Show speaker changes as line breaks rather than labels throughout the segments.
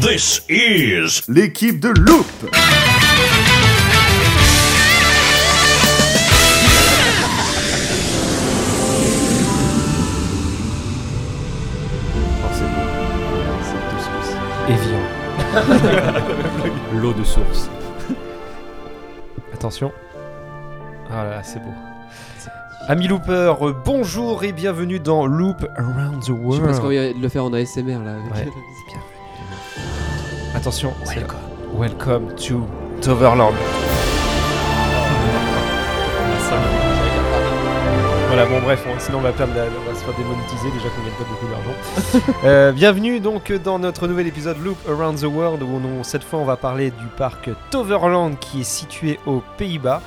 This is
l'équipe de Loop.
Evian. L'eau de source. Attention. Ah là là, c'est beau. Amis loopers, euh, bonjour et bienvenue dans Loop Around the
Je sais pas ce qu'on
World.
vient de le faire en ASMR là.
Ah. Ouais. Attention, c'est- welcome to Toverland. Voilà, bon bref, on- sinon on va perdre, la- on va se faire démonétiser déjà qu'on gagne pas beaucoup d'argent. Euh, bienvenue donc dans notre nouvel épisode Loop Around the World où on- cette fois on va parler du parc Toverland qui est situé aux Pays-Bas.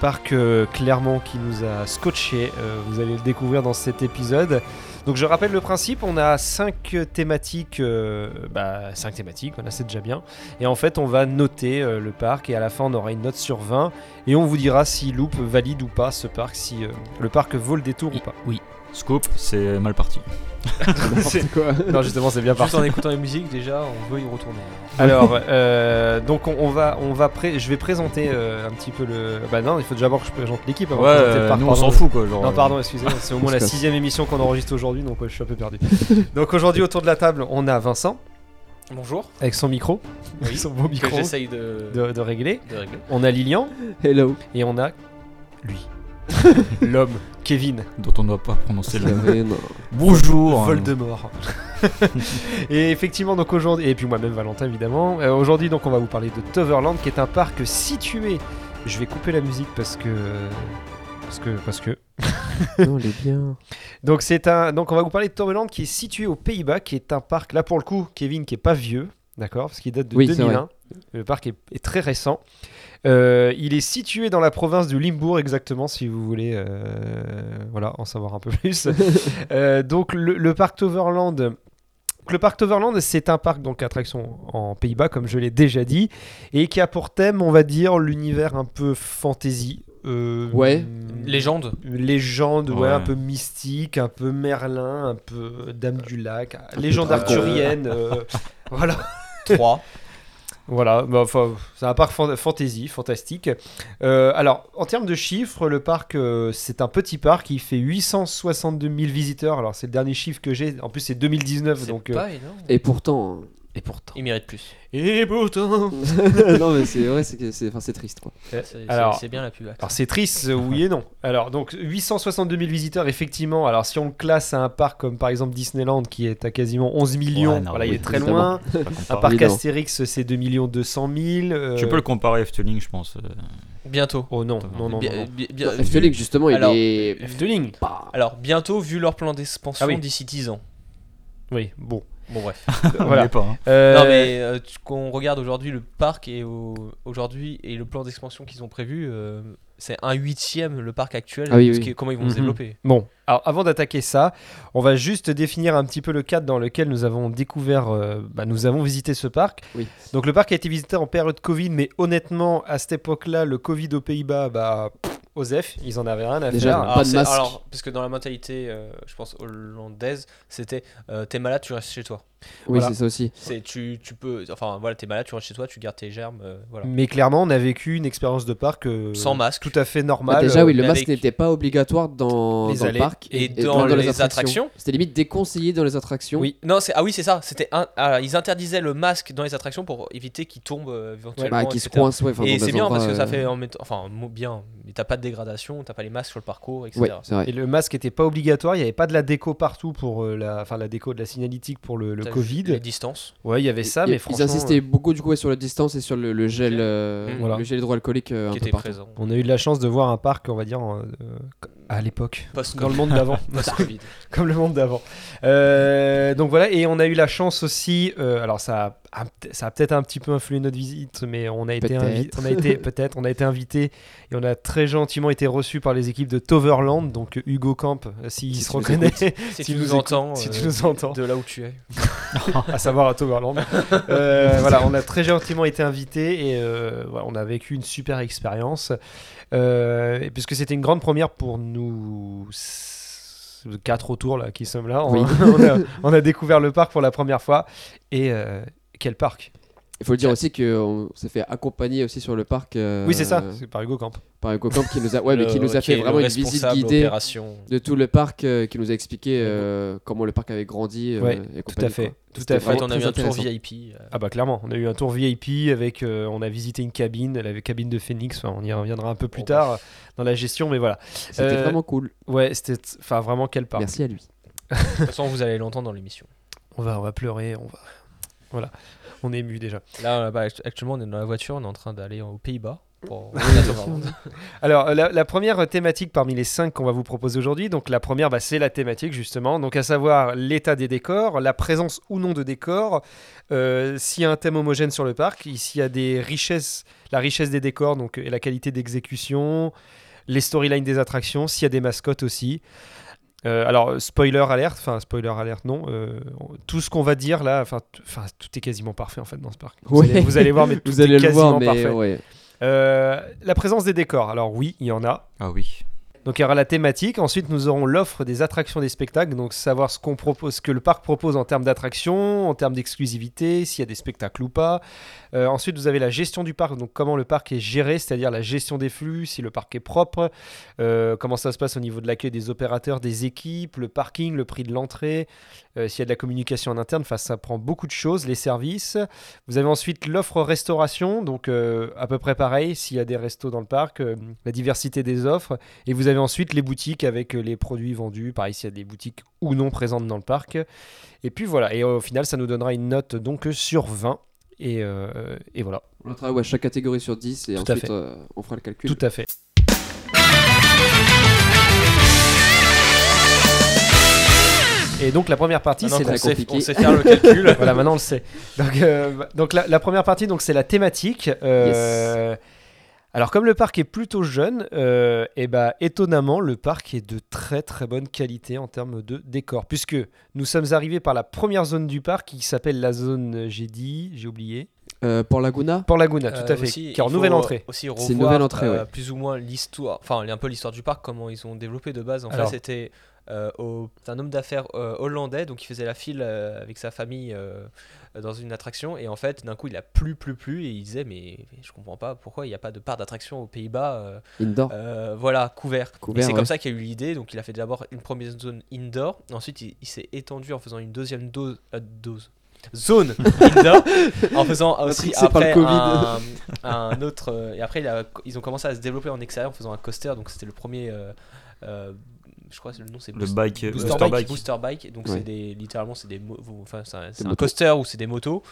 Parc euh, clairement qui nous a scotché, Euh, vous allez le découvrir dans cet épisode. Donc je rappelle le principe, on a 5 thématiques, euh, bah 5 thématiques, voilà c'est déjà bien. Et en fait on va noter euh, le parc et à la fin on aura une note sur 20 et on vous dira si Loop valide ou pas ce parc, si euh, le parc vaut le détour ou pas.
Oui. Scoop, c'est mal parti.
C'est quoi
Non, justement, c'est bien parti.
en écoutant la musique, déjà, on veut y retourner.
Alors, euh, donc on, on va, on va pré- je vais présenter euh, un petit peu le. Bah non, il faut déjà d'abord que je présente l'équipe. avant
Ouais,
de présenter le
euh,
parc,
nous on
pardon.
s'en fout quoi. Genre,
Non,
euh,
pardon, excusez-moi, c'est au moins la
Oh. Parce que-
sixième émission qu'on enregistre aujourd'hui, donc ouais, je suis un peu perdu. donc aujourd'hui, autour de la table, on a Vincent
Bonjour.
avec son micro,
Oui,
son beau
Que
micro
j'essaye de...
de, de régler.
de régler.
On a Lilian
Hello.
et on a lui,
euh,
l'homme, Kevin.
Dont on ne doit pas prononcer le.
Mais non.
Bonjour. hein,
Voldemort. et effectivement, donc aujourd'hui, et puis moi-même Valentin évidemment, Euh, aujourd'hui donc on va vous parler de Toverland qui est un parc situé. Je vais couper la musique parce que. Parce que. Parce que.
non, il est bien.
Donc c'est un. Donc on va vous parler de Toverland qui est situé aux Pays-Bas, qui est un parc, là pour le coup, Kevin, qui est pas vieux, d'accord Parce qu'il date de
Oui, c'est
2001. Le parc est, est très récent. Euh, il est situé dans la province de Limbourg exactement, si vous voulez euh, voilà, en savoir un peu plus. Euh, donc le, le parc Toverland. donc, Le parc Toverland, c'est un parc donc attraction en Pays-Bas, comme je l'ai déjà dit, et qui a pour thème, on va dire, l'univers un peu fantasy. euh,
Ouais.
Légende.
une légende, ouais,
Ouais.
un peu mystique, un peu Merlin, un peu Dame du Lac, légende
Dracula.
arthurienne, euh, voilà.
3.
Voilà, bah, enfin, c'est un parc fan- fantasy, fantastique. Euh, alors, en termes de chiffres, le parc, euh, c'est un petit parc, il fait 862 000 visiteurs. Alors, c'est le dernier chiffre que j'ai, en plus, c'est 2019,
C'est
donc. euh,
pas Ah, énorme.
Et pourtant.
Et pourtant.
Il mérite plus.
Et pourtant.
non, mais c'est vrai, c'est que c'est enfin, c'est triste quoi.
C'est- c'est-
Alors,
C'est bien la pub.
Alors c'est triste, euh, oui et non. Alors donc 862 000 visiteurs, effectivement. Alors si on le classe à un parc comme par exemple Disneyland qui est à quasiment 11 millions,
Ouais, non,
voilà, il
oui,
est très
évidemment.
loin.
Pas comparé.
Un parc
Évidemment.
Astérix c'est 2 millions 200 000. euh,
Tu peux le comparer à Efteling, je pense. euh,
Bientôt.
Oh non, non, non.
Bien-
non, non.
bien- bien- vu-
Efteling, justement, il
Alors-
est.
Efteling
Bah,
Alors, bientôt, vu leur plan d'expansion
Ah oui.
d'ici 10 ans.
Oui, bon.
Bon, bref.
on y
voilà.
est pas, hein.
Euh,
Non, mais euh, tu- quand on regarde aujourd'hui le parc et au- aujourd'hui et le plan d'expansion qu'ils ont prévu, euh, c'est un huitième le parc actuel.
Ah oui,
ce
oui.
qui est- comment ils vont
Mhm.
se développer
Bon, alors avant d'attaquer ça, on va juste définir un petit peu le cadre dans lequel nous avons découvert, euh, bah, nous avons visité ce parc.
oui.
Donc le parc a été visité en période Covid, mais honnêtement, à cette époque-là, le Covid aux Pays-Bas, bah, pff, Osef, ils en avaient rien à
Déjà,
faire.
Pas
Alors,
de
c'est-
masque.
alors, parce que dans la mentalité, euh, je pense hollandaise, c'était euh, t'es malade, tu restes chez toi.
Oui,
Voilà.
c'est ça aussi.
C'est tu, tu peux, enfin voilà, t'es malade, tu restes chez toi, tu gardes tes germes, euh, voilà.
Mais clairement, on a vécu une expérience de parc euh,
Sans masque.
tout à fait
Bah,
normale.
déjà, oui, le
mais
masque
avec-
n'était pas obligatoire dans,
Les
dans le
allées
parc
et dans les attractions.
C'était limite déconseillé dans les attractions.
Oui.
Non, c'est ah oui, c'est ça. C'était un, ah, ils interdisaient le masque dans les attractions pour éviter qu'il tombe euh, éventuellement.
Bah, qui se
etc.
coincent, ouais. enfin,
Et
dans
c'est
des
bien parce
endroits,
que ça
euh,
fait en mettant- enfin mo- bien, mais t'as pas de dégradation, t'as pas les masques sur le parcours, etc.
euh, Ouais, c'est
Et
vrai.
le masque n'était pas obligatoire, il n'y avait pas de la déco partout pour euh, la, enfin la déco de la signalétique pour le, le
T'as
Covid.
les distances.
Ouais, il y avait ça,
Ils-
mais
Ils
franchement, euh,
insistaient beaucoup du coup ouais, sur la distance et sur le, le gel, euh,
Mm.
Voilà.
le gel hydroalcoolique euh, un
qui
peu
étaient
partout.
présents.
on a eu de la chance de voir un parc, on va dire, en, euh, à l'époque,
Post
dans le monde d'avant.
Covid.
comme le monde d'avant. Euh, donc voilà, et on a eu la chance aussi. euh, alors ça a, ça a peut-être un petit peu influé notre visite, mais on a été
Peut-être.
invi- on a été peut-être, on a été invité et on a très gentiment été reçus par les équipes de Toverland, donc Hugo Camp, euh, s'il
Si
se
tu nous
reconnaît,
Si
Si
tu
nous
nous
écoutes-
entends,
si tu
euh,
nous entends,
de là où tu es.
à savoir à Toverland. Euh, voilà, on a très gentiment été invités et euh, voilà, on a vécu une super expérience, Euh, et puisque c'était une grande première pour nous s- quatre autour là qui sommes là. On,
Oui.
on a, on a découvert le parc pour la première fois et euh, Quel parc
Il faut le dire aussi qu'on s'est fait accompagner aussi sur le parc. euh,
Oui, c'est ça, c'est par Hugo Camp.
Par Hugo Camp qui nous a, ouais, mais qui
Le-
nous a
qui est
fait
le
vraiment une visite
Euh, responsable
guidée
opération.
de tout le parc, euh, qui nous a expliqué euh, comment le parc avait grandi. euh,
Ouais,
et
Tout à fait. Tout à fait.
En fait, on a
très
eu un tour
intéressant.
VIP. euh,
Ah bah clairement, on a eu un tour VIP avec, euh, on a visité une cabine, la cabine de Phoenix, enfin, on y reviendra un peu plus
Bon,
tard euh, dans la gestion, mais voilà.
C'était
Euh,
vraiment cool.
Ouais, c'était, enfin vraiment quel parc.
Merci à lui.
De toute façon, vous allez l'entendre dans l'émission.
On va, on va pleurer, on va, voilà, on est ému déjà.
Là, on a- bah, act- actuellement, on est dans la voiture, on est en train d'aller aux Pays-Bas. pour- Voilà.
Alors, euh, la, la première thématique parmi les cinq qu'on va vous proposer aujourd'hui, donc la première, bah, c'est la thématique justement, donc à savoir l'état des décors, la présence ou non de décors, euh, s'il y a un thème homogène sur le parc, et s'il y a des richesses, la richesse des décors donc, et la qualité d'exécution, les storylines des attractions, s'il y a des mascottes aussi. Euh, alors, spoiler alerte, enfin, spoiler alerte, non. euh, on- tout ce qu'on va dire là, enfin, t- enfin, tout est quasiment parfait en fait dans ce parc. Vous,
Ouais.
allez, vous allez voir, mais tout
Vous allez
est
le
quasiment
voir, mais
parfait.
ouais.
Euh, la présence des décors, alors oui, il y en a.
Ah oui.
Donc il y aura la thématique, ensuite nous aurons l'offre des attractions des spectacles, donc savoir ce qu'on propose, ce que le parc propose en termes d'attractions, en termes d'exclusivité, s'il y a des spectacles ou pas. Euh, ensuite vous avez la gestion du parc, donc comment le parc est géré, c'est-à-dire la gestion des flux, si le parc est propre, euh, comment ça se passe au niveau de l'accueil des opérateurs, des équipes, le parking, le prix de l'entrée, euh, s'il y a de la communication en interne, enfin ça prend beaucoup de choses, les services. Vous avez ensuite l'offre restauration, donc euh, à peu près pareil, s'il y a des restos dans le parc, euh, la diversité des offres. Et vous avez ensuite les boutiques avec euh, les produits vendus, pareil s'il y a des boutiques ou non présentes dans le parc. Et puis voilà, et euh, au final ça nous donnera une note donc euh, sur 20. Et, euh, et voilà,
On le travaille à chaque catégorie sur 10 et
Tout à
ensuite
fait.
euh, on fera le calcul.
tout à fait. Et donc la première partie,
Maintenant
c'est
qu'on
la...
très
sait-
compliqué.
On sait faire le calcul.
voilà, maintenant on le sait. Donc, euh, donc la, la première partie, donc c'est la thématique. Euh, Alors comme le parc est plutôt jeune, euh, et bah, étonnamment le parc est de très très bonne qualité en termes de décor, puisque nous sommes arrivés par la première zone du parc qui s'appelle la zone, euh, j'ai dit, j'ai oublié,
Euh, pour Laguna,
Port Laguna,
Euh,
tout à fait,
aussi,
qui est en
il faut
nouvelle entrée.
C'est
Aussi
une
revoir,
nouvelle entrée,
euh,
ouais.
Plus ou moins l'histoire, enfin un peu l'histoire du parc, comment ils ont développé de base. En
Alors.
fait, c'était euh, au- c'est un homme d'affaires euh, hollandais, donc il faisait la file euh, avec sa famille euh, dans une attraction. Et en fait, d'un coup, il a plu, plu, plu, et il disait mais, mais je comprends pas pourquoi il n'y a pas de part d'attraction aux Pays-Bas. euh,
Indoor.
euh, voilà, couvert.
Couvert,
Et c'est
ouais.
comme ça qu'il y a eu l'idée. Donc il a fait d'abord une première zone indoor. Ensuite, il, il s'est étendu en faisant une deuxième dose. euh, dose. Zone indoor en faisant aussi
Patrick, c'est pas le
après un,
Covid.
un autre euh, et après il a- ils ont commencé à se développer en extérieur en faisant un coaster donc c'était le premier euh, euh, je crois que le nom c'est
Le
Boost-
bike, euh,
booster,
booster
bike,
bike.
booster bike donc
Ouais.
c'est des littéralement c'est des mo- enfin c'est un, c'est un
motos.
coaster ou c'est des motos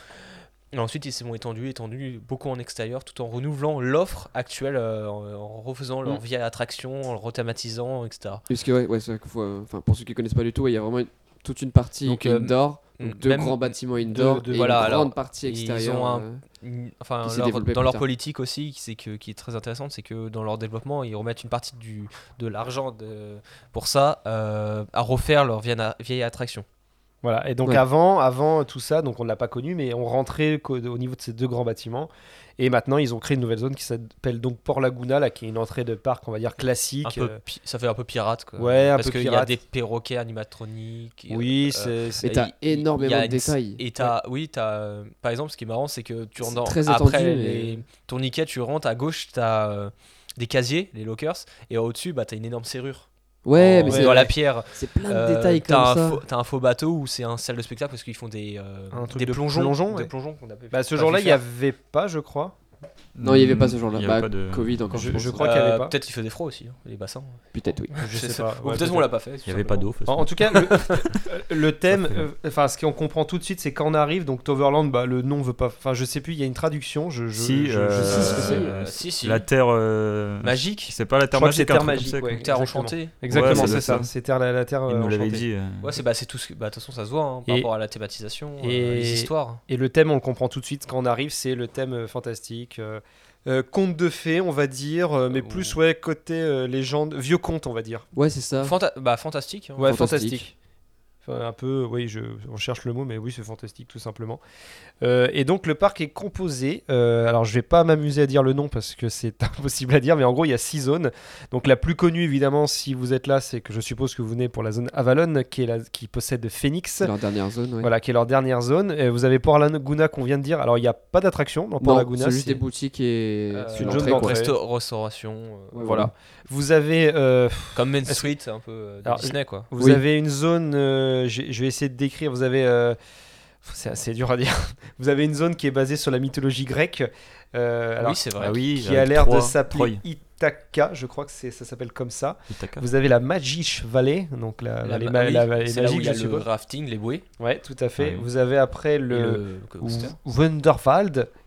et ensuite ils se sont étendus étendus beaucoup en extérieur tout en renouvelant l'offre actuelle euh, en, en refaisant leur
Mm.
vieille attraction en le rethématisant etc
Parce que, ouais, ouais, c'est vrai qu'il faut, euh, enfin, pour ceux qui connaissent pas du tout, il y a vraiment une- toute une partie
Donc, euh,
indoor,
mm,
donc deux
même
grands bâtiments indoor,
deux-
et
voilà,
une
alors,
grande partie
ils
extérieure.
ont un-
euh,
Mm, enfin
qui s'est
leur-
développé
dans
plus
leur
tard.
politique aussi qui- c'est que, qui est très intéressante c'est que dans leur développement ils remettent une partie du, de l'argent de- pour ça euh, à refaire leur vieille, vieille attraction
Voilà, et donc
Ouais.
avant, avant tout ça, donc on ne l'a pas connu, mais on rentrait qu'au- au niveau de ces deux grands bâtiments. Et maintenant, ils ont créé une nouvelle zone qui s'appelle donc Port Laguna, là, qui est une entrée de parc, on va dire classique.
Un peu
euh,
pi- ça fait un peu pirate quoi.
Ouais, un
parce
peu
qu'il y a
pirate.
des perroquets animatroniques
oui,
euh,
c'est-
Et
c'est.
t'as
il- il y a
énormément de
une-
détails.
et t'as oui t'as euh, par exemple ce qui est marrant c'est que tu
C'est
rentres
très étendu,
après
mais-
les tourniquets tu rentres à gauche t'as euh, des casiers les lockers et au dessus bah t'as une énorme serrure
Ouais,
en-
mais
ouais,
c'est-
dans la pierre
c'est plein de
Euh,
détails comme
t'as un
ça.
faux- T'as un faux bateau ou c'est un salle de spectacle parce qu'ils font des, euh,
Un truc
des
de
plongeons.
plongeon,
des
ouais.
plongeons qu'on appelle-
Bah, ce
pas
jour-là,
vu
il n'y
faire.
avait pas, je crois.
Non, il n'y avait pas ce genre-là.
Il y
Bah,
avait pas de-
Covid encore,
Je-
je, pense.
je crois qu'il y avait pas.
Euh, Peut-être qu'il fait des froids aussi, hein, les bassins.
Peut-être, oui.
Je sais
sais
pas.
Ou
ouais,
peut-être on l'a pas fait.
Il n'y avait pas d'eau.
En, en tout cas, le, le thème,
Ça fait-
euh, enfin, ce qu'on comprend tout de suite, c'est quand on arrive, donc Toverland, bah, le nom veut pas. Enfin, je sais plus, il y a une traduction. Je, je,
Si,
je- je,
euh,
sais ce que c'est.
euh,
Si, si.
La terre. euh,
Magique.
C'est pas la terre
crois que c'est
magique. un
terre
truc comme ça,
magique,
quoi.
ouais.
Terre
exactement.
enchantée.
Exactement,
Ouais, ça
c'est
doit
ça.
être ça.
C'est Terre- la, la terre.
Il
euh,
nous l'avait
enchantée.
dit. euh,
Ouais, c'est bah, c'est tout ce que- bah, de toute façon, ça se voit hein, par
Et-
rapport à la thématisation, euh,
et-
les histoires.
Et le thème, on le comprend tout de suite quand on arrive, c'est le thème euh, fantastique. euh, euh, conte de fées, on va dire, euh, mais
Ou-
plus ouais côté euh, légende, vieux conte, on va dire.
Ouais, c'est ça.
Fanta- bah, fantastique. hein.
Ouais,
Fantastique.
fantastique. Enfin, un peu, oui, je, on cherche le mot, mais oui, c'est fantastique tout simplement. Euh, et donc le parc est composé, euh, alors je vais pas m'amuser à dire le nom parce que c'est impossible à dire, mais en gros il y a six zones. Donc la plus connue évidemment, si vous êtes là, c'est que je suppose que vous venez pour la zone Avalon qui, est la, qui possède Phoenix.
C'est leur dernière zone, ouais.
Voilà, qui est leur dernière zone. Et vous avez Port Laguna qu'on vient de dire. Alors, il n'y a pas d'attraction dans Port
Non,
Laguna.
c'est juste
c'est-
des boutiques et
Euh,
c'est
une
une
zone
l'entrée,
d'entrée.
quoi.
Restauration, restauration, euh,
Ouais,
Voilà. Vous avez euh,
comme Main
Est-ce-
Street, un peu euh, de
Alors,
Disney quoi.
Vous
Oui.
avez une zone, euh, j'ai- je vais essayer de décrire, vous avez... euh, c'est assez dur à dire. Vous avez une zone qui est basée sur la mythologie grecque, euh, alors,
oui, c'est vrai.
Ah oui,
qui a
avec
l'air de
Troie,
s'appeler
Troie,
Ithaca, je crois que c'est- ça s'appelle comme ça.
Ithaca.
Vous avez la Magish Valley, donc la,
Ah. La-
vallée,
ah
ma-
oui,
la vallée
c'est là où
magique,
il y a
je
le
suppose.
rafting, les bouées,
Ouais, tout à fait.
Ah oui.
Vous avez après
et
le,
le, coaster.
Wunderwald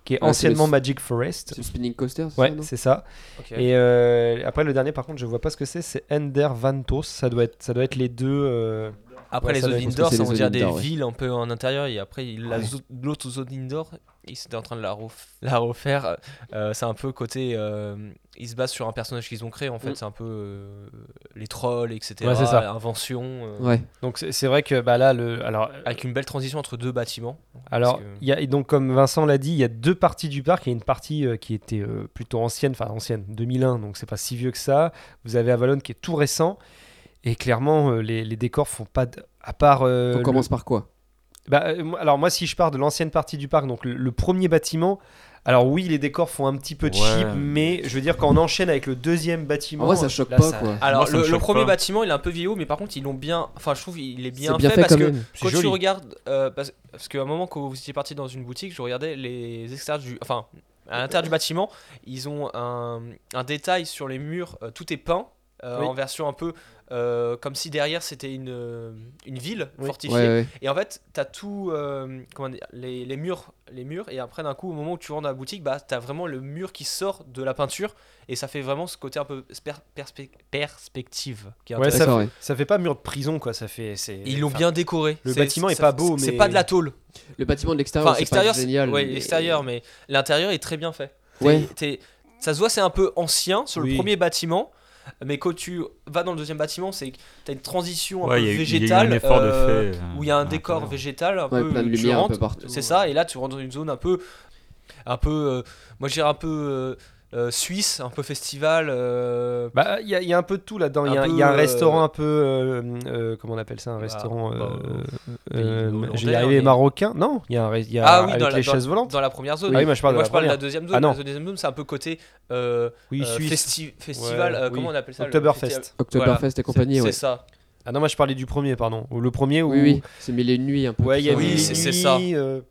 qui est
Ah, c'est
anciennement
le-
Magic
C'est
Forest.
le spinning coaster, c'est
Ouais,
ça, non
c'est ça.
Ok.
Et euh, après le dernier, par contre, je vois pas ce que c'est. C'est Ender Vantos. Ça doit être, ça doit être les deux. euh,
Après
Ouais,
les
ça
zones
doit être-
indoor,
c'est
ça
les
on dirait
zones
des
indoor, ouais.
villes un peu en intérieur et après il- la
Ouais.
zo- l'autre zone indoor, ils étaient en train de la, ref- la refaire. Euh, c'est un peu côté, euh, ils se basent sur un personnage qu'ils ont créé en fait,
Mm.
c'est un peu euh, les trolls, etc.
Ouais, c'est ça.
Invention, euh,
Ouais.
Donc c'est c'est vrai que bah là le alors
avec une belle transition entre deux bâtiments.
alors
que-
il y a et donc comme Vincent l'a dit, il y a deux parties du parc, il y a une partie euh, qui était euh, plutôt ancienne, enfin ancienne, 2001, donc c'est pas si vieux que ça. Vous avez Avalon qui est tout récent et clairement euh, les, les décors font pas d- à part euh,
On
le-
commence par quoi
Bah, euh, moi- alors moi si je pars de l'ancienne partie du parc, donc le, le premier bâtiment alors oui, les décors font un petit peu
Ouais.
cheap, mais je veux dire quand on enchaîne avec le deuxième bâtiment, euh,
En vrai, ça choque
là,
pas,
ça-
quoi.
Alors
Moi, ça
le,
me
le
choque
premier
pas.
bâtiment il est un peu vieillot mais par contre ils l'ont bien, enfin je trouve il est bien,
C'est bien
fait,
fait
parce
quand
que
même.
C'est
Quand
joli.
tu regardes, euh, parce, parce qu'à un moment, quand vous étiez parti dans une boutique, je regardais les extérieurs du. Enfin, à l'intérieur du bâtiment, ils ont un, un détail sur les murs, euh, tout est peint. euh,
Oui.
En version un peu euh, comme si derrière c'était une, euh, une ville
Oui.
Ouais,
fortifiée.
ouais.
Et en fait, t'as tout. euh, comment dire, les, les murs, les murs, et après d'un coup, au moment où tu rentres dans la boutique, bah t'as vraiment le mur qui sort de la peinture, et ça fait vraiment ce côté un peu sper- perspe- perspective. Qui est
Ouais,
intéressant.
ça,
D'accord,
fait-
ouais.
ça fait pas mur de prison quoi, ça fait c'est
Ils l'ont
enfin,
bien décoré.
le
C'est-
bâtiment est
ça-
pas beau,
C'est
mais-
pas de la tôle.
Le bâtiment de l'extérieur,
Enfin,
Ah c'est
extérieur,
pas
c'est-
génial.
ouais,
mais-
extérieur, mais l'intérieur est très bien fait. T'es-
Ouais.
t'es- ça se voit, c'est un peu ancien sur
Oui.
le premier bâtiment, mais quand tu vas dans le deuxième bâtiment, c'est que t'as une transition un
Ouais,
peu
il y a eu- il y a eu un
végétale,
effort de
euh,
fait, euh,
où il y a
Ah,
un
à
décor
l'intérieur.
végétal, un
Ouais,
peu
plein de
tu
lumière un
rentres,
peu partout.
C'est ça, et là tu rentres dans une zone un peu, un peu, euh, moi je dirais un peu euh, euh, suisse, un peu festival. euh,
Bah, il y, a- il y a un peu de tout là-dedans. Il y,
Un
a-
peu,
il y a un
euh,
restaurant un peu. euh, euh, comment on appelle ça Un
Bah,
restaurant.
bah,
euh,
pays
euh,
hollandais,
J'ai arrivé
mais-
marocain Non, il y a un. ré- il Y a,
ah oui,
avec
dans la,
les
dans-
chaises volantes.
dans la première zone.
Ah oui, moi, je parle de la
de la
première.
deuxième zone.
Ah non.
La deuxième zone, c'est un peu côté euh,
Oui,
euh,
Suisse.
festi- festival. euh,
oui.
Comment on appelle ça le festival-
Oktoberfest.
Oktoberfest et compagnie,
C'est
ouais.
ça.
Ah non, moi je parlais du premier, pardon. Ou le premier où.
Oui, oui. C'est mille et une nuits un peu.
Ouais, il y a
tout
Oui,
ça,
Mille et
c'est-
Une
c'est
Nuits,
ça.
euh,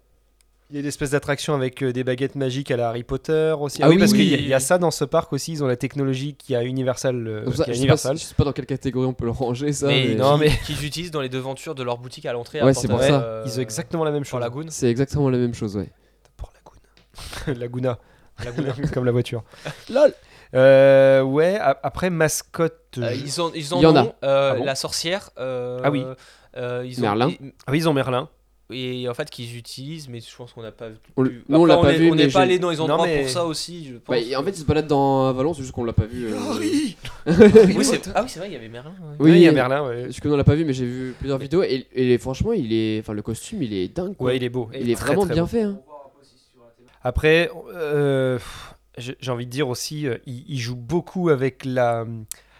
Il y a des espèces d'attractions avec euh, des baguettes magiques à la Harry Potter aussi.
Ah oui,
parce
oui.
qu'il y, a- il y a ça dans ce parc aussi. Ils ont la technologie qui a Universal. euh,
Comme ça,
qui a
je, sais pas,
Universal.
si- je sais pas dans quelle catégorie on peut le ranger ça.
mais,
Ah, mais-
non,
qui-
mais-
qu'ils utilisent dans les devantures de leur boutique à l'entrée.
Ouais,
à
c'est
Porto-
pour ça.
euh,
Ils ont exactement la même
sur
chose.
Lagoon.
C'est exactement la même chose, ouais.
Pour Laguna. Laguna.
Laguna.
Comme la voiture. Lol. Euh, ouais, a- après
Ah,
mascotte.
Euh,
je-
ils en, ils en
Il y en
ont
a.
euh,
Ah bon
la sorcière. euh,
Ah oui.
euh, ils ont,
Merlin.
Ah oui, ils ont Merlin.
Et, et en fait, qu'ils utilisent, mais je pense qu'on n'a pas.
On l-
vu.
nous, on
Après,
l'a pas
est-
vu,
On
mais
n'est pas
j'ai-
allé dans les
Non,
endroits
mais-
pour ça aussi, je pense.
Bah, et en fait, il se balade dans Valence, c'est juste qu'on l'a pas vu. euh, Oui,
oui, c'est- ah oui, c'est vrai, il y avait Merlin. ouais.
Oui, il y a
oui. euh,
Merlin. Ouais.
Parce que nous, on l'a pas vu, mais j'ai vu plusieurs vidéos et, et franchement, il est, enfin, le costume, il est dingue. quoi.
Ouais, il est beau.
il est
Très,
vraiment
très
bien
beau.
fait. Hein.
Après, euh, pff, j'ai j'ai envie de dire aussi, euh, il, il joue beaucoup avec la,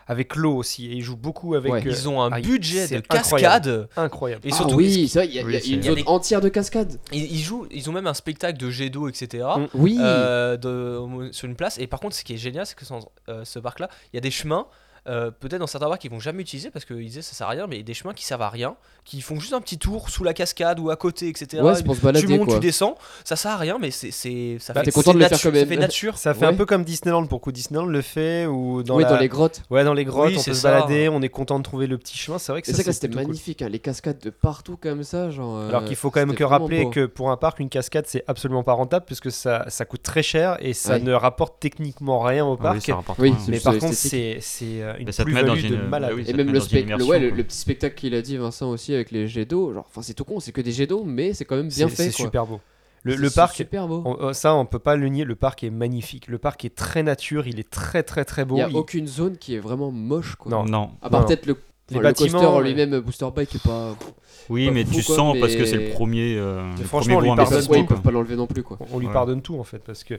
avec l'eau aussi, et il joue beaucoup avec.
Ouais.
euh,
Ils ont un
Ah, il-
budget
c'est
de
incroyable.
cascade.
incroyable.
Et
ah
surtout,
oui, c'est vrai, il y a,
Oui,
il y a
c'est-
une
il
y a
zone
des-
entière de cascade.
ils, ils jouent, ils ont même un spectacle de jet d'eau, etc.
Mm.
Oui,
euh, de- sur une place. Et par contre, ce qui est génial, c'est que sans, euh, ce parc-là, il y a des chemins, euh, peut-être dans certains parcs qu'ils vont jamais utiliser parce qu'ils disaient ça sert à rien, mais des chemins qui servent à rien, qui font juste un petit tour sous la cascade ou à côté, etc.
ouais, c'est pour se
tu
balader
montes,
quoi.
tu descends, ça sert à rien, mais c'est, c'est, ça
Bah,
fait,
t'es content
c'est
de le faire
natu-
quand
ça
même.
fait nature.
Ça fait
Ouais.
un peu comme Disneyland pour coup. Disneyland le fait ou dans
oui,
la-
dans les grottes.
ouais, dans les grottes,
Oui,
on
c'est
peut se
ça.
balader, on est content de trouver le petit chemin. C'est vrai que
Et
ça,
c'est que là,
c'est
c'était
plutôt cool.
magnifique, hein, les cascades de partout comme ça, genre. euh,
Alors qu'il faut quand même
c'était
que
vraiment
rappeler
beau.
que pour un parc, une cascade, c'est absolument pas rentable puisque ça, ça coûte très cher et ça
Ouais.
ne rapporte techniquement rien au
Ah oui,
parc.
ça rapporte
Oui,
rien.
c'est-
mais par contre,
esthétique.
c'est c'est, euh, une
Bah, ça te met dans
plus-value de
une-
malade.
bah oui,
Et
ça
même le,
te met dans une
spec- le-
immersion,
ouais, le,
quoi.
le petit spectacle qu'il a dit Vincent aussi avec les jets d'eau, genre, enfin c'est tout con, c'est que des jets d'eau, mais c'est quand même bien
C'est-
fait.
C'est
quoi.
super beau. Le,
C'est
le parc,
super beau.
on- euh, ça, on peut pas le nier. Le parc est magnifique. Le parc est très nature. Il est très, très, très
Il
beau.
n'y a
il-
aucune zone qui est vraiment moche quoi.
Non.
Non.
À part
Non.
peut-être le
Les
le
bâtiments,
coaster en
ouais.
lui-même, euh, Booster Bike, est pas.
Oui,
Pas
mais
fou,
tu
quoi,
sens parce que
mais-
c'est le premier, euh, le
franchement, on lui
premier gros
parle
Les
Pardon,
autres, ouais,
investissement.
ils peuvent
quoi.
pas l'enlever non plus, quoi.
On- On lui
Ouais.
pardonne tout en fait parce que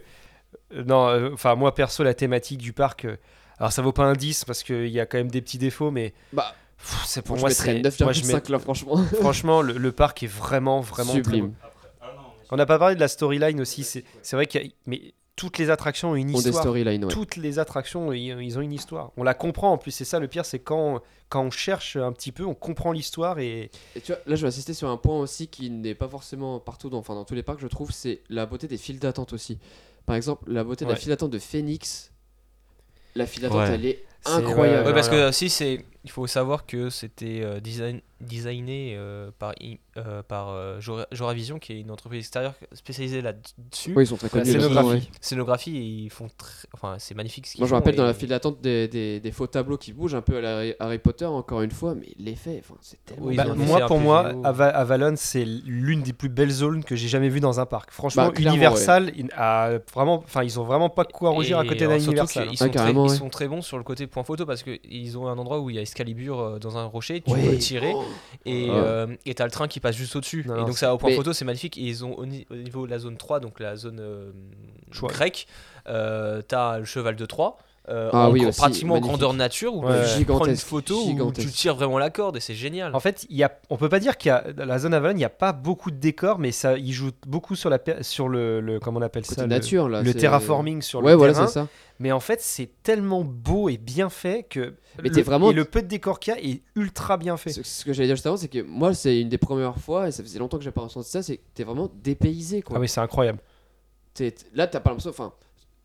euh, non, euh, enfin moi perso la thématique du parc, euh, alors ça vaut pas un 10 parce qu'il y a quand même des petits défauts, mais
Bah,
pff, c'est pour
pour
moi
moi, je
c'est
mettrais
moi, je mets-
9,5 là, franchement.
franchement le, le parc est vraiment vraiment très
Sublime.
beau. On n'a pas parlé de la storyline aussi, c'est c'est vrai qu'il y a- mais toutes les attractions ont une
On des
histoire.
storylines, ouais.
Toutes les attractions, ils ils ont une histoire. On la comprend en plus, c'est ça le pire, c'est quand, quand on cherche un petit peu, on comprend l'histoire et
Et tu vois, là, je vais insister sur un point aussi qui n'est pas forcément partout, dans, enfin dans tous les parcs, je trouve, c'est la beauté des files d'attente aussi. Par exemple, la beauté de
Ouais.
la file d'attente de Phoenix, la file d'attente,
Ouais.
elle est
C'est- bah,
incroyable.
Ouais,
Alors,
parce que
alors.
euh, si c'est, il faut savoir que c'était euh, design- designé euh, par I- euh, par euh, Jora- Joravision, qui est une entreprise extérieure spécialisée là-dessus.
Oui, ils sont très
La
connus. là-dessus,
scénographie.
ouais.
Scénographie, et ils font, très- enfin, c'est magnifique. Ce qu'ils
Moi, je me
font,
rappelle dans
et-
la file d'attente des, des- des faux tableaux qui bougent un peu à la Harry- Harry Potter, encore une fois, mais l'effet, enfin, c'est tellement.
Oui, ils
Bah,
ont
bien
fait
fait.
moi
un
pour moi
PVO.
Ava- Avalon c'est l'une des plus belles zones que j'ai jamais vues dans un parc. Franchement
Bah, clairement,
Universal, il- a vraiment, enfin ils ont vraiment pas de quoi rougir à
Et
côté
alors,
d'un
surtout
Universal.
qu'ils
hein.
sont,
Ouais,
très,
carrément,
ils
ouais.
sont très bons sur le côté point photo parce qu'ils ont un endroit où il y a Excalibur euh, dans un rocher, tu
Ouais.
peux tirer et
Ouais.
euh, et t'as le train qui passe juste au-dessus.
Oh. Non,
Et
non,
donc ça au point
Mais-
photo c'est magnifique. Et ils ont au, ni- au niveau de la zone 3, donc la zone euh,
Choix.
grecque, euh, t'as le cheval de Troie. euh,
Ah
en
oui,
gra-
aussi,
pratiquement en
magnifique.
grandeur nature où
Ouais.
tu prends une
Gigantesque,
photo où tu
gigantesque.
tires vraiment la corde et c'est génial.
En fait, il y a, on peut pas dire qu'il y a dans la zone Avalon, il n'y a pas beaucoup de décors, mais ça, ils jouent beaucoup sur la per- sur le, le- comment on appelle
Côté
ça, le-
nature, là.
le,
c'est-
terraforming sur
Ouais,
le
voilà,
terrain.
c'est ça.
Mais en fait, c'est tellement beau et bien fait que
Mais
le,
t'es vraiment-
et le peu de décors qu'il y a est ultra bien fait. Ah,
Ce, ce que j'allais dire juste avant, c'est que moi, c'est une des premières fois, et ça faisait longtemps que j'ai pas ressenti ça, c'est que t'es vraiment dépaysé, quoi.
Ah oui, c'est incroyable.
T'es- t- là, t'as pas l'impression, enfin,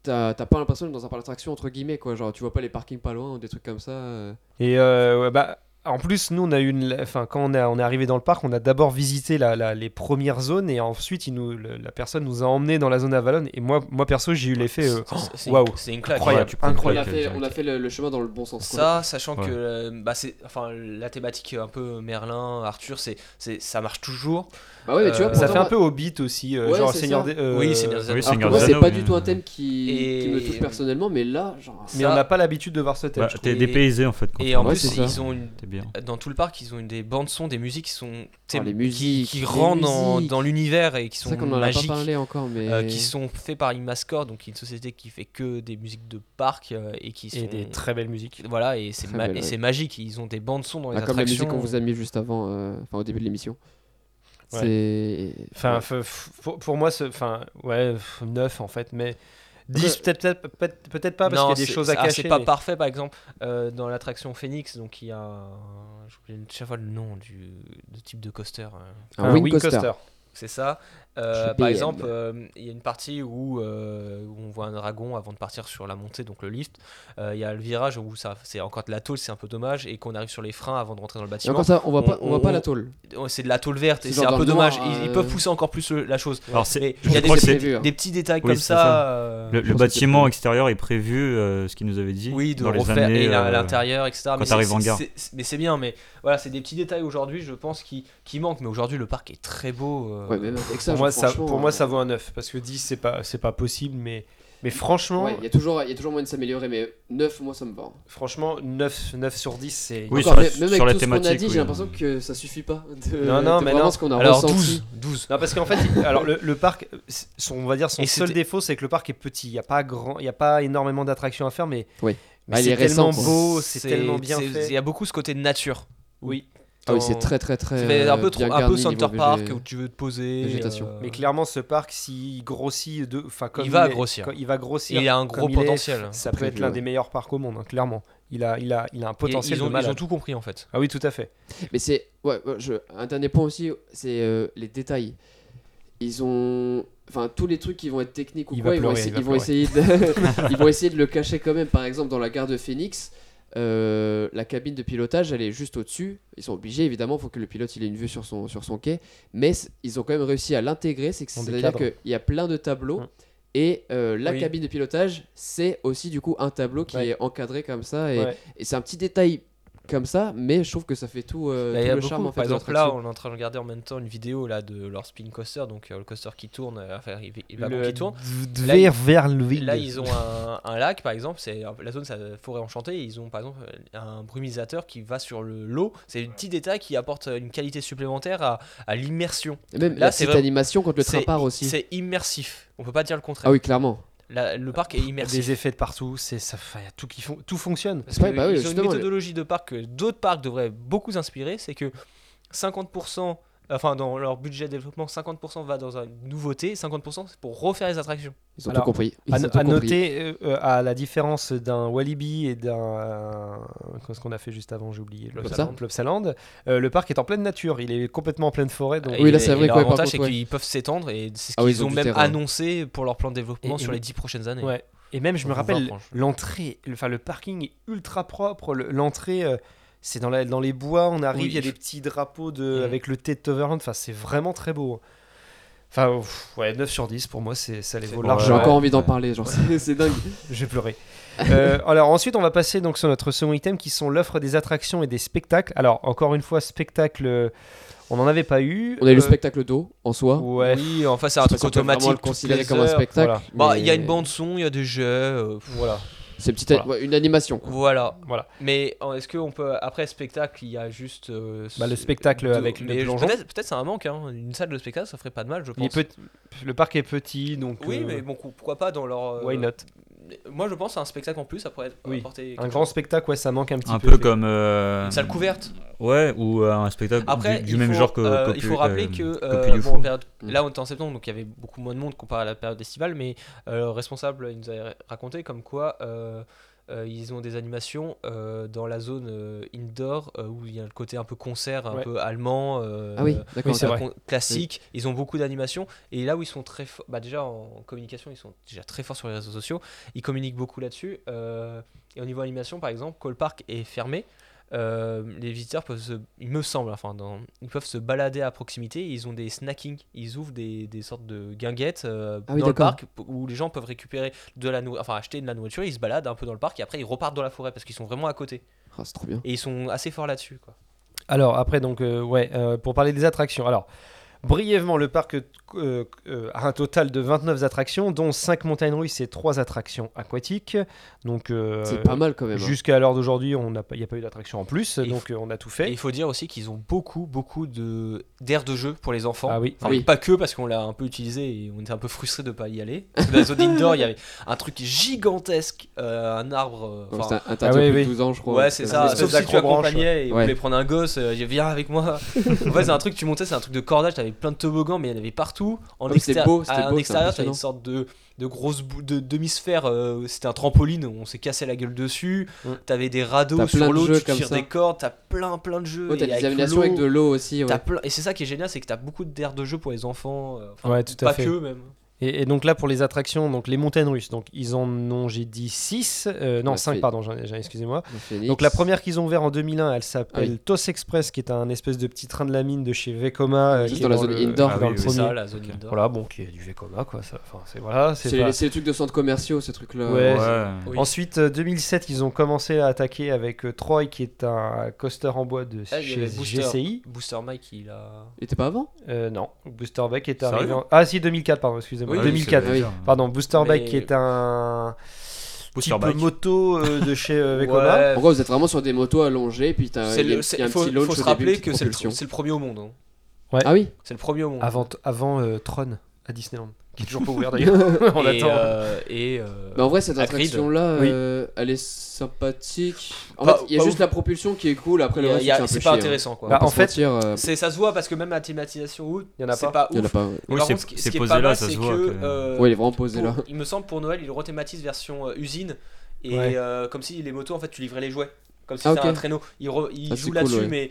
t'as t'as pas l'impression d'être dans un parc d'attraction entre guillemets, quoi. Genre, tu vois pas les parkings pas loin ou des trucs comme ça. euh.
Et euh, ouais, bah. En plus, nous, on a eu une... enfin, quand on, a- on est arrivé dans le parc, on a d'abord visité la- la- les premières zones et ensuite, il nous, le- la personne nous a emmenés dans la zone Avalon. Et moi, moi perso, j'ai eu l'effet. euh,
C'est- c'est-
waouh.
c'est une claque.
Incroyable,
Ouais, tu prends une
On
incroyable.
a
claque,
fait,
direct.
on a fait le, le chemin dans le bon sens. quoi.
Ça, sachant
Ouais.
que euh, bah, c'est, enfin, la thématique un peu Merlin, Arthur, c'est, c'est, ça marche toujours.
bah ouais, mais tu vois,
euh,
ça
pourtant,
fait un peu Hobbit aussi, euh,
Ouais,
genre
c'est
Seigneur
ça.
des- euh,
Oui, Seigneur des
oui,
alors
Seigneur
que moi,
des
c'est
Anneaux,
pas
mais-
du tout un thème qui,
Et-
qui me touche personnellement, mais là, genre.
Mais
Ça-
on n'a pas l'habitude de voir ce thème.
Bah,
je trouve.
T'es dépaysé en fait. quand
Et
tu
en
Ouais,
rentres.
c'est
plus,
ça.
ils ont une,
T'es bien.
dans tout le parc, ils ont une des bandes son, des musiques qui sont,
Ah, les
qui-
musiques,
qui,
les
rentrent dans,
musiques.
dans l'univers et qui
C'est
sont
ça qu'on en a pas
magiques,
parlé encore, mais.
euh, qui sont faits par Imascore, donc une société qui fait que des musiques de parc euh, et qui sont
et des très belles musiques.
voilà et c'est
Très
ma-
belle,
et
ouais.
c'est magique. Ils ont des bandes son dans les
Bah, comme la
attractions.
musique qu'on vous a mis juste avant, euh, enfin au début de l'émission.
Ouais.
C'est.
Enfin,
Ouais.
f- f- pour, pour moi, ce- enfin, ouais, 9 en fait, mais 10 peut-être peut peut-être pas parce
Non,
qu'il y a des
c'est-
choses à
ah,
cacher.
C'est pas
mais-
parfait, par exemple, euh, dans l'attraction Phoenix, donc il y a. un- J'oublie chaque fois le nom du de type de coaster. hein.
un wind coaster.
C'est ça. Euh,
Chez
par
BM.
exemple, euh, il y a une partie où, euh, où on voit un dragon avant de partir sur la montée, donc le lift. Euh, Il y a le virage où ça, c'est encore de la tôle, c'est un peu dommage, et qu'on arrive sur les freins avant de rentrer dans le
Et
bâtiment.
encore ça, on voit pas, on,
on-
voit pas
on-
la tôle.
Oh, C'est de la tôle verte, et
C'est
c'est
genre
un
dans
peu
le
dommage.
noir,
Ils, ils
euh,
peuvent pousser encore plus le- la chose.
Alors, c'est-
Mais
je
il y a des,
crois que c'est-
petits- des petits détails
Oui,
comme
c'est
ça.
ça.
euh,
Le, le
Je pense que
bâtiment
c'est-
extérieur est prévu, euh, ce qu'il nous avait dit.
Oui, de
dans les
refaire
années,
et la-
euh,
l'intérieur, etc. mais
t'arrives
c'est-
en gare.
c'est- c'est- Mais c'est bien, mais voilà, c'est des petits détails aujourd'hui, je pense, qui, qui manquent. Mais aujourd'hui, le parc est très beau. euh,
Ouais, même avec ça,
Pour,
genre,
moi, ça,
franchement,
pour moi,
euh,
ça vaut un 9 parce que 10 c'est pas c'est pas possible, mais mais franchement,
Ouais, il y, a toujours- il y a toujours moyen de s'améliorer, mais 9, moi, ça me va. hein.
franchement 9 9 sur 10 c'est
Oui,
Encore,
sur la-
même même avec
sur la
tout ce qu'on a
thématique,
dit,
oui.
j'ai l'impression que ça suffit pas. de-
Non, non,
de
mais
vraiment
non.
ce qu'on a
Alors,
ressenti.
12, 12.
Non, parce qu'en fait, il- alors le, le parc, euh, c'est- son, on va dire son
Et
seul
c'était-
défaut, c'est que le parc est petit. Il y a pas grand, il y a pas énormément d'attractions à faire, mais,
Oui.
mais
Ah, il
c'est
est récent,
tellement
quoi.
beau, c'est tellement bien
c'est- Il
fait.
y a beaucoup ce côté de nature.
Oui.
Ah oui,
Dans-
c'est très, très, très.
C'est un
euh,
peu, trop,
bien
un peu
garni
Center
niveau VG.
Park où tu veux te poser.
végétation.
euh,
Mais clairement, ce parc, s'il grossit, de, enfin comme
Il va
est-
grossir.
quand- il va grossir.
il a un gros
comme il est,
potentiel. hein.
Ça peut
Prévu,
être l'un
ouais.
des meilleurs parcs au monde, hein, clairement. Il a, il a, il a un potentiel
ils, ont,
de
ils
malade.
ont tout compris en fait.
Ah oui, tout à fait.
Mais c'est. Ouais, ouais, je- un dernier point aussi, c'est euh, les détails. Ils ont. Enfin, tous les trucs qui vont être techniques ou
Il
quoi,
va
ils, vont
pleurer,
essayer-
il va
ils vont essayer de... ils vont essayer de le cacher quand même. Par exemple, dans la gare de Phoenix, euh, la cabine de pilotage, elle est juste au-dessus. Ils sont obligés, évidemment, il faut que le pilote il ait une vue sur son, sur son quai. Mais c- ils ont quand même réussi à l'intégrer. C'est que-
On
c'est-à-dire
décadre.
qu'il y a plein de tableaux.
Hum.
Et euh, la
Oui.
cabine de pilotage, c'est aussi du coup un tableau qui
Ouais.
est encadré comme ça. Et,
Ouais.
et c'est un petit détail comme ça, mais je trouve que ça fait tout, euh,
Bah, il
tout
y a
le
beaucoup.
charme en fait.
Par
de
exemple, là,
l'attraction.
on est en train de regarder en même temps une vidéo là de leur spin coaster, donc euh, le coaster qui tourne, euh, enfin, il, il va
Le-
qui tourne.
d-
Là,
vers, vers le vide.
Là, ils ont un, un lac, par exemple, c'est la zone c'est la forêt enchantée. et Ils ont par exemple euh, un brumisateur qui va sur le l'eau. C'est un petit détail qui apporte une qualité supplémentaire à, à l'immersion.
Et même
là,
la
c'est
petite
vraiment-
animation quand le train
c'est-
part aussi.
C'est immersif. On peut pas dire le contraire.
Ah oui, clairement.
La- le parc est immersif.
Des effets de partout, c'est ça, enfin, y a tout qui fon- tout fonctionne.
Parce
Ouais,
que
bah oui,
ils ont une
justement, le-
méthodologie de parc que d'autres parcs devraient beaucoup s'inspirer, c'est que 50%, enfin dans leur budget de développement, 50% va dans une nouveauté, 50% c'est pour refaire les attractions.
Ils ont
Alors,
tout compris. Ils
À,
ont
no-
tout
à
compris.
noter, euh, euh, à la différence d'un Walibi et d'un. Qu'est-ce qu'on a fait juste avant J'ai oublié. Le
Plopsaland.
Plopsaland. Euh, le part est en pleine nature. Il est complètement en pleine forêt. Donc,
Et
Ah Oui, là,
le-
c'est
et
vrai,
Leur
quoi, par
avantage, c'est
contre, ouais.
qu'ils peuvent s'étendre et c'est ce
Ah
qu'ils
oui, ils ont
ont,
du
même
terrain.
annoncé pour leur plan de développement
Et-
sur
et-
les 10 prochaines années.
Ouais. Et même, je me
Pour
rappelle,
20, franchement.
l'entrée, le- enfin le parking est ultra propre. le- L'entrée, euh, c'est dans, la- dans les bois, on arrive, il
Oui,
y a
je-
des petits drapeaux de,
Mhm.
Mm.
avec le thé de Toverland. Enfin, c'est vraiment très beau. Enfin, pff, ouais, 9 sur 10 pour moi, c'est- ça les vaut
bon,
J'ai
Ouais,
largement.
encore envie d'en
ouais.
parler, genre c'est- c'est dingue.
J'ai pleuré. Euh, alors ensuite, on va passer donc sur notre second item qui sont l'offre des attractions et des spectacles. Alors encore une fois, spectacle, euh, on n'en avait pas eu.
On a eu le
Euh,
spectacle hein d'eau en soi.
Ouais.
Oui, enfin c'est un truc
Parce qu'on peut vraiment
automatique.
le considérer
toutes
comme
les
un
heures.
spectacle.
voilà.
Bah, il y a
mais
une bande son, il y a des jeux, euh,
Voilà.
C'est une petite,
Voilà.
ouais, une animation. quoi.
voilà.
Voilà.
Mais euh, est-ce qu'on peut après spectacle, il y a juste euh,
Bah, le
ce-
spectacle
de-
avec le
mais je-
plongeon.
Peut-être peut-être c'est un manque. hein. Une salle de spectacle, ça ferait pas de mal, je
Il est
pense.
petit- le parc est petit, donc.
Oui,
euh,
mais bon, cou- pourquoi pas dans leur. euh,
Why not
Moi, je pense à un spectacle en plus, ça pourrait être
Oui,
apporter
Un
quelque
grand
chose.
spectacle, ouais, ça manque un petit
Un
peu.
peu comme. euh,
une salle couverte.
Ouais, ou euh, un spectacle
Après,
du, du
il
même
faut,
genre que.
euh,
Copu-
il faut rappeler
euh,
que
Copu
euh,
du
bon,
Fou.
période-
Mm.
là, on était en septembre, donc il y avait beaucoup moins de monde comparé à la période estivale, mais euh, le responsable il nous a raconté comme quoi. euh, euh, ils ont des animations euh, dans la zone euh, indoor euh, où il y a le côté un peu concert, un
Ouais.
peu allemand, euh,
Ah oui, d'accord.
oui, c'est
ok.
vrai.
con- classique. Ils ont beaucoup d'animations et là où ils sont très forts, bah déjà en communication, ils sont déjà très forts sur les réseaux sociaux. Ils communiquent beaucoup là-dessus. euh, et au niveau animation, par exemple, Cole Park est fermé. euh, les visiteurs peuvent, se, il me semble, enfin, dans- ils peuvent se balader à proximité. et Ils ont des snacking, ils ouvrent des, des sortes de guinguettes euh,
Ah oui,
dans le
d'accord.
parc p- où les gens peuvent récupérer de la nou- enfin acheter de la nourriture. Ils se baladent un peu dans le parc et après ils repartent dans la forêt parce qu'ils sont vraiment à côté
Ah, c'est trop bien.
et ils sont assez forts là-dessus. quoi.
Alors après donc euh, ouais euh, pour parler des attractions. Alors brièvement le parc euh, euh, a un total de 29 attractions dont 5 montagnes russes et 3 attractions aquatiques. Donc euh,
C'est pas mal quand même. hein.
jusqu'à l'heure d'aujourd'hui, on n'a pas- il n'y a pas eu d'attraction en plus
Et
donc euh, on a tout
Et
fait.
il faut dire aussi qu'ils ont beaucoup, beaucoup de d'air de jeu pour les enfants.
Ah oui.
Enfin,
Oui.
Pas que parce qu'on l'a un peu utilisé et on était un peu frustré de pas y aller. Parce que dans les zones indoor, il y avait un truc gigantesque, euh, un arbre. euh,
Donc,
enfin,
C'est interdit
Ah oui,
aux plus
oui.
de 12 ans, je crois.
ouais, c'est ça.
une espèce
Sauf si tu
d'acrobranche,
accompagnais et
ouais.
voulais prendre un gosse, euh, j'ai dit, viens avec moi. en fait, c'est un truc, tu montais, c'est un truc de cordage, t'avais plein de toboggans, mais il y en avait partout. En
Ah oui, c'était
extérie-
beau, c'était
à- en
beau, c'est
extérieur, t'avais
impressionnant.
une sorte de, de grosse boule- de demi-sphère. euh, c'était un trampoline, on s'est cassé la gueule dessus.
Mm.
T'avais des radeaux
T'as plein
sur
de
l'eau,
jeux
tu
comme
tires
ça.
des cordes, t'as plein, plein de jeux.
Oh, t'as
et
des
avec
animations avec
l'eau.
de l'eau aussi. ouais.
T'as plein- Et c'est ça qui est génial, c'est que t'as beaucoup d'air de jeu pour les enfants. euh, enfin,
Ouais, tout à
pas
fait.
que même.
Et, et donc là pour les attractions donc les montagnes russes donc ils en ont j'ai dit 6 non
Ouais,
5
c'est-
pardon j'en ai- j'en ai- excusez-moi.
Le phénix.
Donc la première qu'ils ont ouvert en 2001, elle
Ah
s'appelle
oui.
Tos Express, qui est un espèce de petit train de la mine de chez Vekoma. euh,
Juste
qui
dans
est
la zone
le-
indoor.
Ah
dans
oui,
le
oui,
premier.
ça, la zone indoor.
Voilà, bon, qui est du Vekoma, quoi. Ça, enfin, c'est voilà, c'est
C'est
pas-
les, c'est les trucs de centres commerciaux, ces trucs-là.
Ouais.
Ouais.
Oui.
Ensuite, euh, 2007, ils ont commencé à attaquer avec euh, Troy, qui est un coaster en bois de
Ah, il y
chez
avait Booster.
GCI.
Booster Mike, il a.
Il était pas avant
Euh, non, Booster Bike est
Sérieux
arrivé. En... Ah si, 2004, pardon, excusez-moi.
Oui,
Ah
2004.
c'est vrai.
oui.
Pardon, Booster
Mais-
Bike, qui est un
Booster
type
Bike.
moto euh, de chez euh, Vekoma.
Ouais.
En gros, vous êtes vraiment sur des motos allongées, puis t'as
C'est
euh, il y a,
le,
un-
c'est-
il y a un
faut,
petit launch
faut se
au début,
rappeler
une
que
petite
c'est le,
propulsion.
c'est le premier au monde. hein.
Ah oui
C'est le premier au monde.
Avant, avant euh, Tron à Disneyland, qui est toujours pas ouvert d'ailleurs. On
et,
attend.
euh, et, euh,
Mais Bah, en vrai, cette
Hagrid.
attraction-là,
Oui.
euh, elle est sympathique. En
Pas-
fait, il y a
pas
juste
ouf.
la propulsion qui est cool, après
y
le
a-
reste,
y a-
c'est un peu
c'est
chier,
pas
hein.
intéressant quoi.
Bah,
On va
en
pas se
fait,
mentir, euh,
C'est ça se voit parce que même la thématisation haute,
Il y en a
c'est
pas.
pas
il y en a
ouf.
pas. Ouais.
Oui,
Par
c'est-
contre, ce qui-
c'est
ce qui est
posé
pas
là,
mal,
ça se
c'est
voit
que
que-
euh,
Ouais, il est vraiment posé
pour-
là.
il me semble pour Noël, il rethématise version euh, usine et
Ouais.
euh, comme si les motos en fait tu livrais les jouets, comme si
Ah,
c'était
ok.
un traîneau. Il, re- il
Ah, c'est
joue
cool,
là-dessus,
ouais.
mais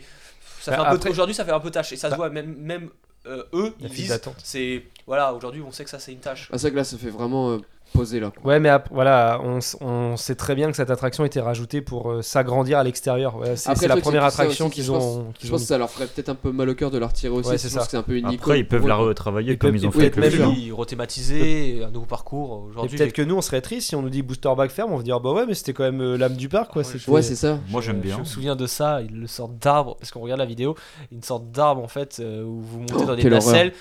ça
Bah,
fait un peu
après-
aujourd'hui ça fait un peu tâche et ça
Bah.
se voit même même euh, eux
La
ils
file
disent
d'attente.
c'est voilà aujourd'hui on sait que ça c'est une tâche.
Ah, c'est vrai que là, ça fait vraiment euh, posé là. quoi.
Ouais, mais ap- voilà, on, s- on sait très bien que cette attraction était rajoutée pour euh, s'agrandir à l'extérieur. Ouais, c'est
Après,
c'est
le
la
truc, c'est
première
que ça
attraction
aussi,
qu'ils
je
ont. qu'ils
Je
ont
pense que
mis.
ça leur ferait peut-être un peu mal au cœur de la retirer aussi.
Ouais,
je
c'est
pense
ça.
que c'est un peu une icône
Après, ils peuvent
pour
la
eux, quoi.
retravailler
Ils
comme
peuvent-
ils ont
ils
fait
peuvent
avec le
même
film.
leur-
oui, rethématiser, un nouveau parcours
Et
aujourd'hui.
peut-être que nous, on serait triste si on nous dit Booster Back Ferme, on va dire bah ouais, mais c'était quand même euh, l'âme du parc, quoi.
Ouais,
c'était-
Ouais, c'est ça.
Moi, j'aime
Euh, Je
bien.
me souviens de ça, ils le sortent d'arbre, parce qu'on regarde la vidéo, une sorte d'arbre en fait, euh, où vous montez
Oh,
dans des
quelle horreur.
nacelles,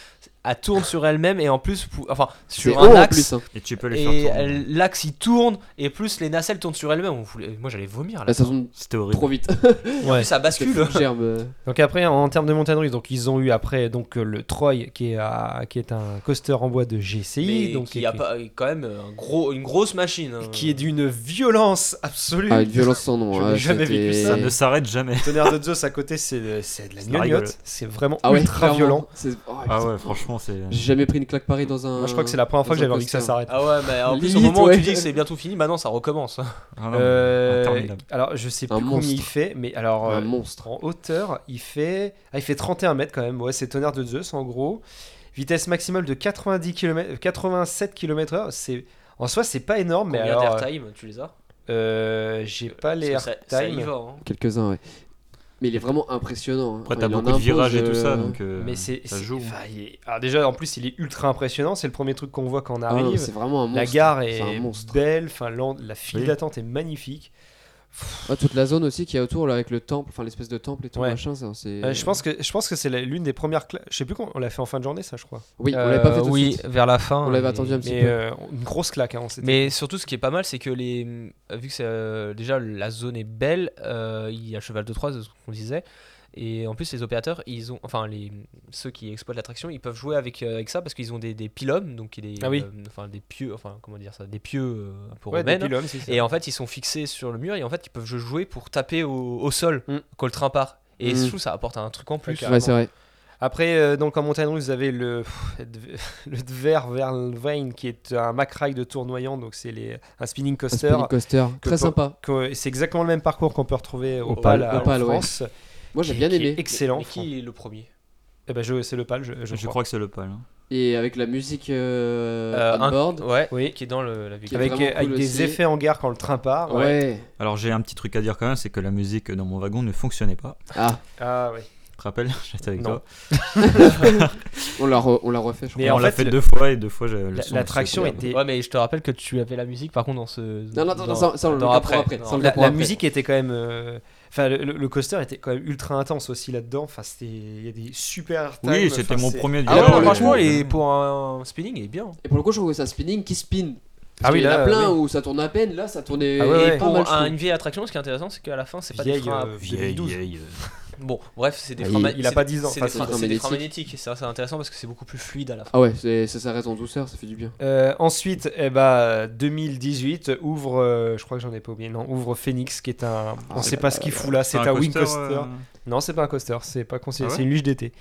elle tourne sur elle-même et en plus, vous- enfin,
C'est
sur
haut,
un
en
axe,
plus, hein.
Et tu peux les
et
faire tourner.
elle- l'axe il tourne, et plus les nacelles tournent sur elles-mêmes. On voulait- Moi j'allais vomir là.
Ah, ça tombe
C'était horrible.
trop vite.
Ouais.
Ça bascule.
Gerbe, euh,
Donc après, en termes de montagne russe, donc ils ont eu après donc euh, le Troy qui est à- qui est un coaster en bois de GCI,
Mais
donc
qui a pas- quand même euh, un gros, une grosse machine. hein.
qui est d'une violence absolue.
Ah, une violence sans nom.
Je
ouais,
n'ai jamais vécu
c'était-
Ça ne s'arrête jamais.
Le tonnerre de Zeus à côté, c'est c'est de la
C'est de la rigolade.
gnognotte. C'est vraiment
Ah ouais,
ultra
clairement.
violent.
C'est- oh,
Ah
putain.
ouais, franchement, c'est.
J'ai jamais pris une claque pareille dans un.
Moi, je crois que c'est la première fois que
Dans un
j'avais envie que ça
coaster.
s'arrête.
Ah ouais, mais en plus, au
Limite,
moment
ouais.
où tu dis que c'est bientôt fini, bah non, ça recommence. hein.
Ah non,
Euh,
interminable.
alors, je sais
Un
plus combien il
monstre.
fait, mais alors
Un
euh,
monstre.
en hauteur, il fait ah, il fait 31 mètres quand même. Ouais, c'est tonnerre de Zeus en gros. Vitesse maximale de 90 km, 87 km/h. C'est en soi, c'est pas énorme, mais
Combien
alors euh,
d'airtime tu les as
Euh, j'ai pas les
Parce que ça, ça y
airtime.
va. hein.
Quelques-uns, ouais. Mais il est vraiment impressionnant. hein.
Après,
Ouais,
t'as
il en
beaucoup de
impose,
virages et
euh,
tout ça, donc. euh,
Mais c'est.
Ça
c'est-
joue.
hein.
enfin, il est- Alors déjà, en plus, il est ultra impressionnant. C'est le premier truc qu'on voit quand on
ah non,
arrive.
c'est vraiment un monstre.
la gare
C'est un
est
monstre.
belle. Enfin, l'en- la file
Oui.
d'attente est magnifique.
Ah, toute la zone aussi qu'il y a autour, là, avec le temple, enfin l'espèce de temple et tout
Ouais.
machin. ça, c'est-
Euh, je pense que je pense que c'est la- l'une des premières. cla- Je sais plus quand on l'a fait en fin de journée, ça, je crois.
Oui, on
Euh,
l'avait pas fait tout
oui,
de suite.
vers la fin.
On l'avait
mais-
attendu un petit
Mais
peu.
euh, une grosse claque. hein, on s'était-
Mais surtout, ce qui est pas mal, c'est que les. Vu que c'est, euh, déjà la zone est belle, euh, il y a Cheval de Troie, c'est ce qu'on disait. Et en plus, les opérateurs, ils ont, enfin, les, ceux qui exploitent l'attraction, ils peuvent jouer avec, euh, avec ça parce qu'ils ont des, des pylônes, donc des,
Ah oui.
euh, enfin, des pieux, enfin, comment dire ça, des pieux euh, un peu
Ouais,
romaines.
depuis l'homme, si, ça.
Et en fait, ils sont fixés sur le mur et en fait, ils peuvent jouer pour taper au, au sol
Mm.
quand le train part. Et
Mm.
je trouve ça apporte un truc en plus.
Ouais,
Ouais, c'est vrai.
Après, euh, donc en montagne russe, vous avez le, pff, le Dver Verlvein qui est un McRide de tournoyant, donc c'est les un spinning
Un
coaster.
spinning coaster.
que
Très
pour-
sympa.
que- C'est exactement le même parcours qu'on peut retrouver au,
Au
PAL,
PAL.
à-
Au PAL,
en
ouais.
France.
Moi, j'ai
qui-
bien
qui est
aimé.
Excellent.
Mais qui est le premier
Eh ben, je- c'est le PAL, je, je
Je,
crois.
crois que c'est le pal. hein.
Et avec la musique euh,
Euh, un-
on-board.
Ouais.
Oui.
Qui est dans le, la
Qui est
vidéo.
Avec,
vraiment
avec
cool
des
aussi.
effets en gare quand le train part.
Ouais.
Alors, j'ai un petit truc à dire quand même c'est que la musique dans mon wagon ne fonctionnait pas.
Ah,
Ah ouais.
Tu te rappelles J'étais avec
Non.
toi.
on l'a, re- on l'a refait, je crois.
Mais
on
en
l'a
fait,
fait
le-
deux fois et deux fois, j'ai- le
la-
son
l'attraction
se-
était.
Ouais, mais je te rappelle que tu avais la musique par contre dans ce.
Non, non, non, ça- ça, on le
dans
mettra pour après.
dans-
Ça, on le
La,
pour
la
après.
musique était quand même. euh, Enfin, le, le- le coaster était quand même ultra intense aussi là-dedans. Enfin, c'était. Il y a des super.
Oui,
times.
c'était
Enfin,
mon
c'est-
premier du
Ah ouais,
Ah ouais,
non,
ouais,
franchement,
ouais.
il est pour un spinning, il est bien.
Et pour le coup, je trouve que c'est un spinning qui spin.
Ah
Parce
oui,
qu'il y en
là,
a plein
oui.
où ça tourne à peine. Là, ça tournait
Ah ouais,
et
ouais.
pas
Pour
mal. je
un-
trouve.
une vieille attraction, ce qui est intéressant, c'est qu'à la fin, c'est pas
Vieille,
des freins. à-
euh,
Vieille,
2012.
vieille. euh,
Bon, bref, c'est des
Ah,
freins.
il-
ma-
il a
c'est
pas
des-
10 ans,
C'est
enfin,
des,
c'est
freins-
un
c'est des freins
magnétique.
magnétiques, et ça, c'est intéressant parce que c'est beaucoup plus fluide à la fin.
Ah ouais, c'est- ça, ça reste en douceur, ça fait du bien.
Euh, ensuite, eh ben, 2018 ouvre, euh, je crois que j'en ai pas oublié, non, ouvre Phoenix qui est un, on
Ah,
sait pas ce qu'il fout là, c'est un, wing coaster.
euh,
Non, c'est pas un coaster, c'est pas considéré,
Ah ouais
c'est une luge d'été.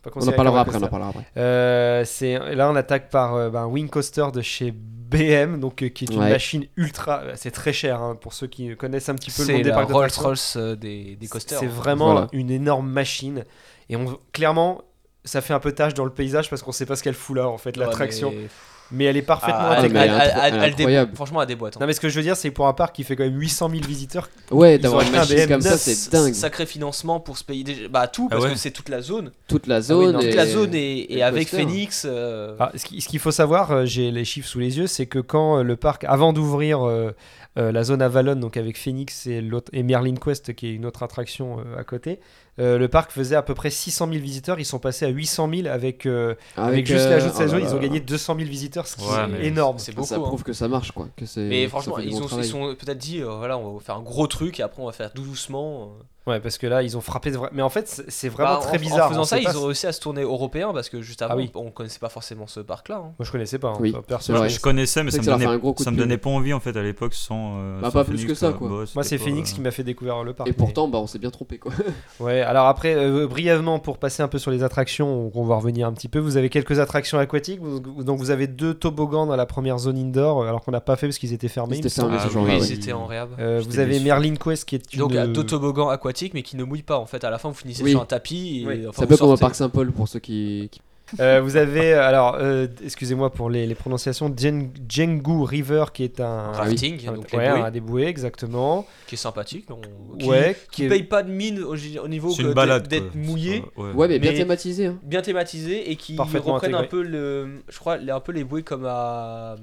Pas
On en
considéré
parlera
comme un
après, on en
coaster.
parlera après.
Euh, c'est là on attaque par euh, ben, un wing coaster de chez BM, donc euh, qui est une
Ouais.
machine ultra, c'est très cher hein, pour ceux qui connaissent un petit peu le
C'est
monde des
la
parcs
Rolls
d'attractions.
Royce euh, des, des coasters.
C'est vraiment
Voilà.
une énorme machine et on clairement. Ça fait un peu tâche dans le paysage parce qu'on sait pas ce qu'elle fout là en fait
Ouais,
l'attraction, mais...
mais-
elle est parfaitement
Ah, elle-
intégrée.
elle- elle-
Elle est
elle- elle dé-
incroyable.
Franchement, elle déboîte. hein.
Non mais ce que je veux dire c'est pour un parc qui fait quand même 800 000 visiteurs.
Ouais,
Ils
d'avoir
ont
une
acheté un
machine comme ça,
BMW,
c'est
S-
dingue.
Sacré financement pour ce pays. déjà- Bah, tout, parce
Ah ouais.
que c'est toute la zone.
Toute la
Ah oui,
zone.
non,
est-
Toute la zone et, et
et
avec
coaster.
Phoenix. euh,
Ah, ce qui- ce qu'il faut savoir, euh, j'ai les chiffres sous les yeux, c'est que quand euh, le parc, avant d'ouvrir euh, euh, la zone Avalon, donc avec Phoenix et, l'autre- et Merlin Quest, qui est une autre attraction euh, à côté, euh, le parc faisait à peu près 600 000 visiteurs. Ils sont passés à 800 000 avec, euh, avec, juste
euh,
l'ajout de
oh là
saison. Ils
là
ont
là.
gagné 200 000 visiteurs, ce qui
Ouais, mais
est énorme.
C'est
Ah,
beaucoup.
Ça
hein.
prouve que ça marche, quoi. que c'est-
Mais
ça
franchement,
fait du
ils
bon
ont, ils
travail.
sont peut-être dit, euh, voilà, on va faire un gros truc et après on va faire tout doucement. euh.
Ouais, parce que là, ils ont frappé. de vrai- Mais en fait, c'est c'est vraiment
Bah, en-
très
en,
bizarre.
En faisant
on
ça,
sait
ils
pas-
ont réussi à se tourner européen parce que juste avant,
oui.
on connaissait pas forcément ce parc-là. hein.
Moi, je connaissais pas. hein.
Oui,
Perso,
c'est
je
vrai.
connaissais
je- Je connaissais, mais
C'est
ça
que
me
ça leur fait
donnait-
un gros coup
ça
de
me
pub.
donnait pas envie en fait à l'époque sans. euh,
Bah,
sans
pas plus
Phoenix,
que ça, quoi.
bah,
Moi,
c'était
c'est
pas,
Phoenix
euh,
qui m'a fait découvrir le parc.
Et
mais-
pourtant, bah, on s'est bien trompé, quoi.
Ouais, alors après, euh, brièvement, pour passer un peu sur les attractions, on va revenir un petit peu. Vous avez quelques attractions aquatiques, vous- vous- donc vous avez deux toboggans dans la première zone indoor, alors qu'on n'a pas fait parce qu'ils étaient fermés.
Ils
il me
étaient fermés,
semble.
Ah
ces
oui,
jours-là.
Mais
ouais.
ils étaient en réhab.
Euh, vous
J'étais
avez
déçu.
Merlin Quest qui est une. euh,
Donc, à deux toboggans aquatiques, mais qui ne mouillent pas en fait. À la fin, vous finissez
Oui.
sur un tapis. Et,
Oui.
enfin,
C'est un
vous
peu comme au
sortez.
Parc Saint-Paul pour ceux qui. qui-
Euh, vous avez, euh, alors, euh, excusez-moi pour les, les prononciations, Djen- Djengu River qui est un.
Ah oui.
Rafting,
un-
donc les
ouais,
bouées,
un déboué, exactement.
qui est sympathique, donc, qui,
ouais,
qui
est-
paye pas de mine au, gi- au niveau
C'est
que
une
d'être-
balade.
d'être
quoi.
mouillé,
Ça, ouais.
Ouais, mais bien
Mais-
thématisé. hein.
bien thématisé et qui
Parfaitement
reprennent un
intégré.
peu le, je crois, les- un peu les bouées comme à,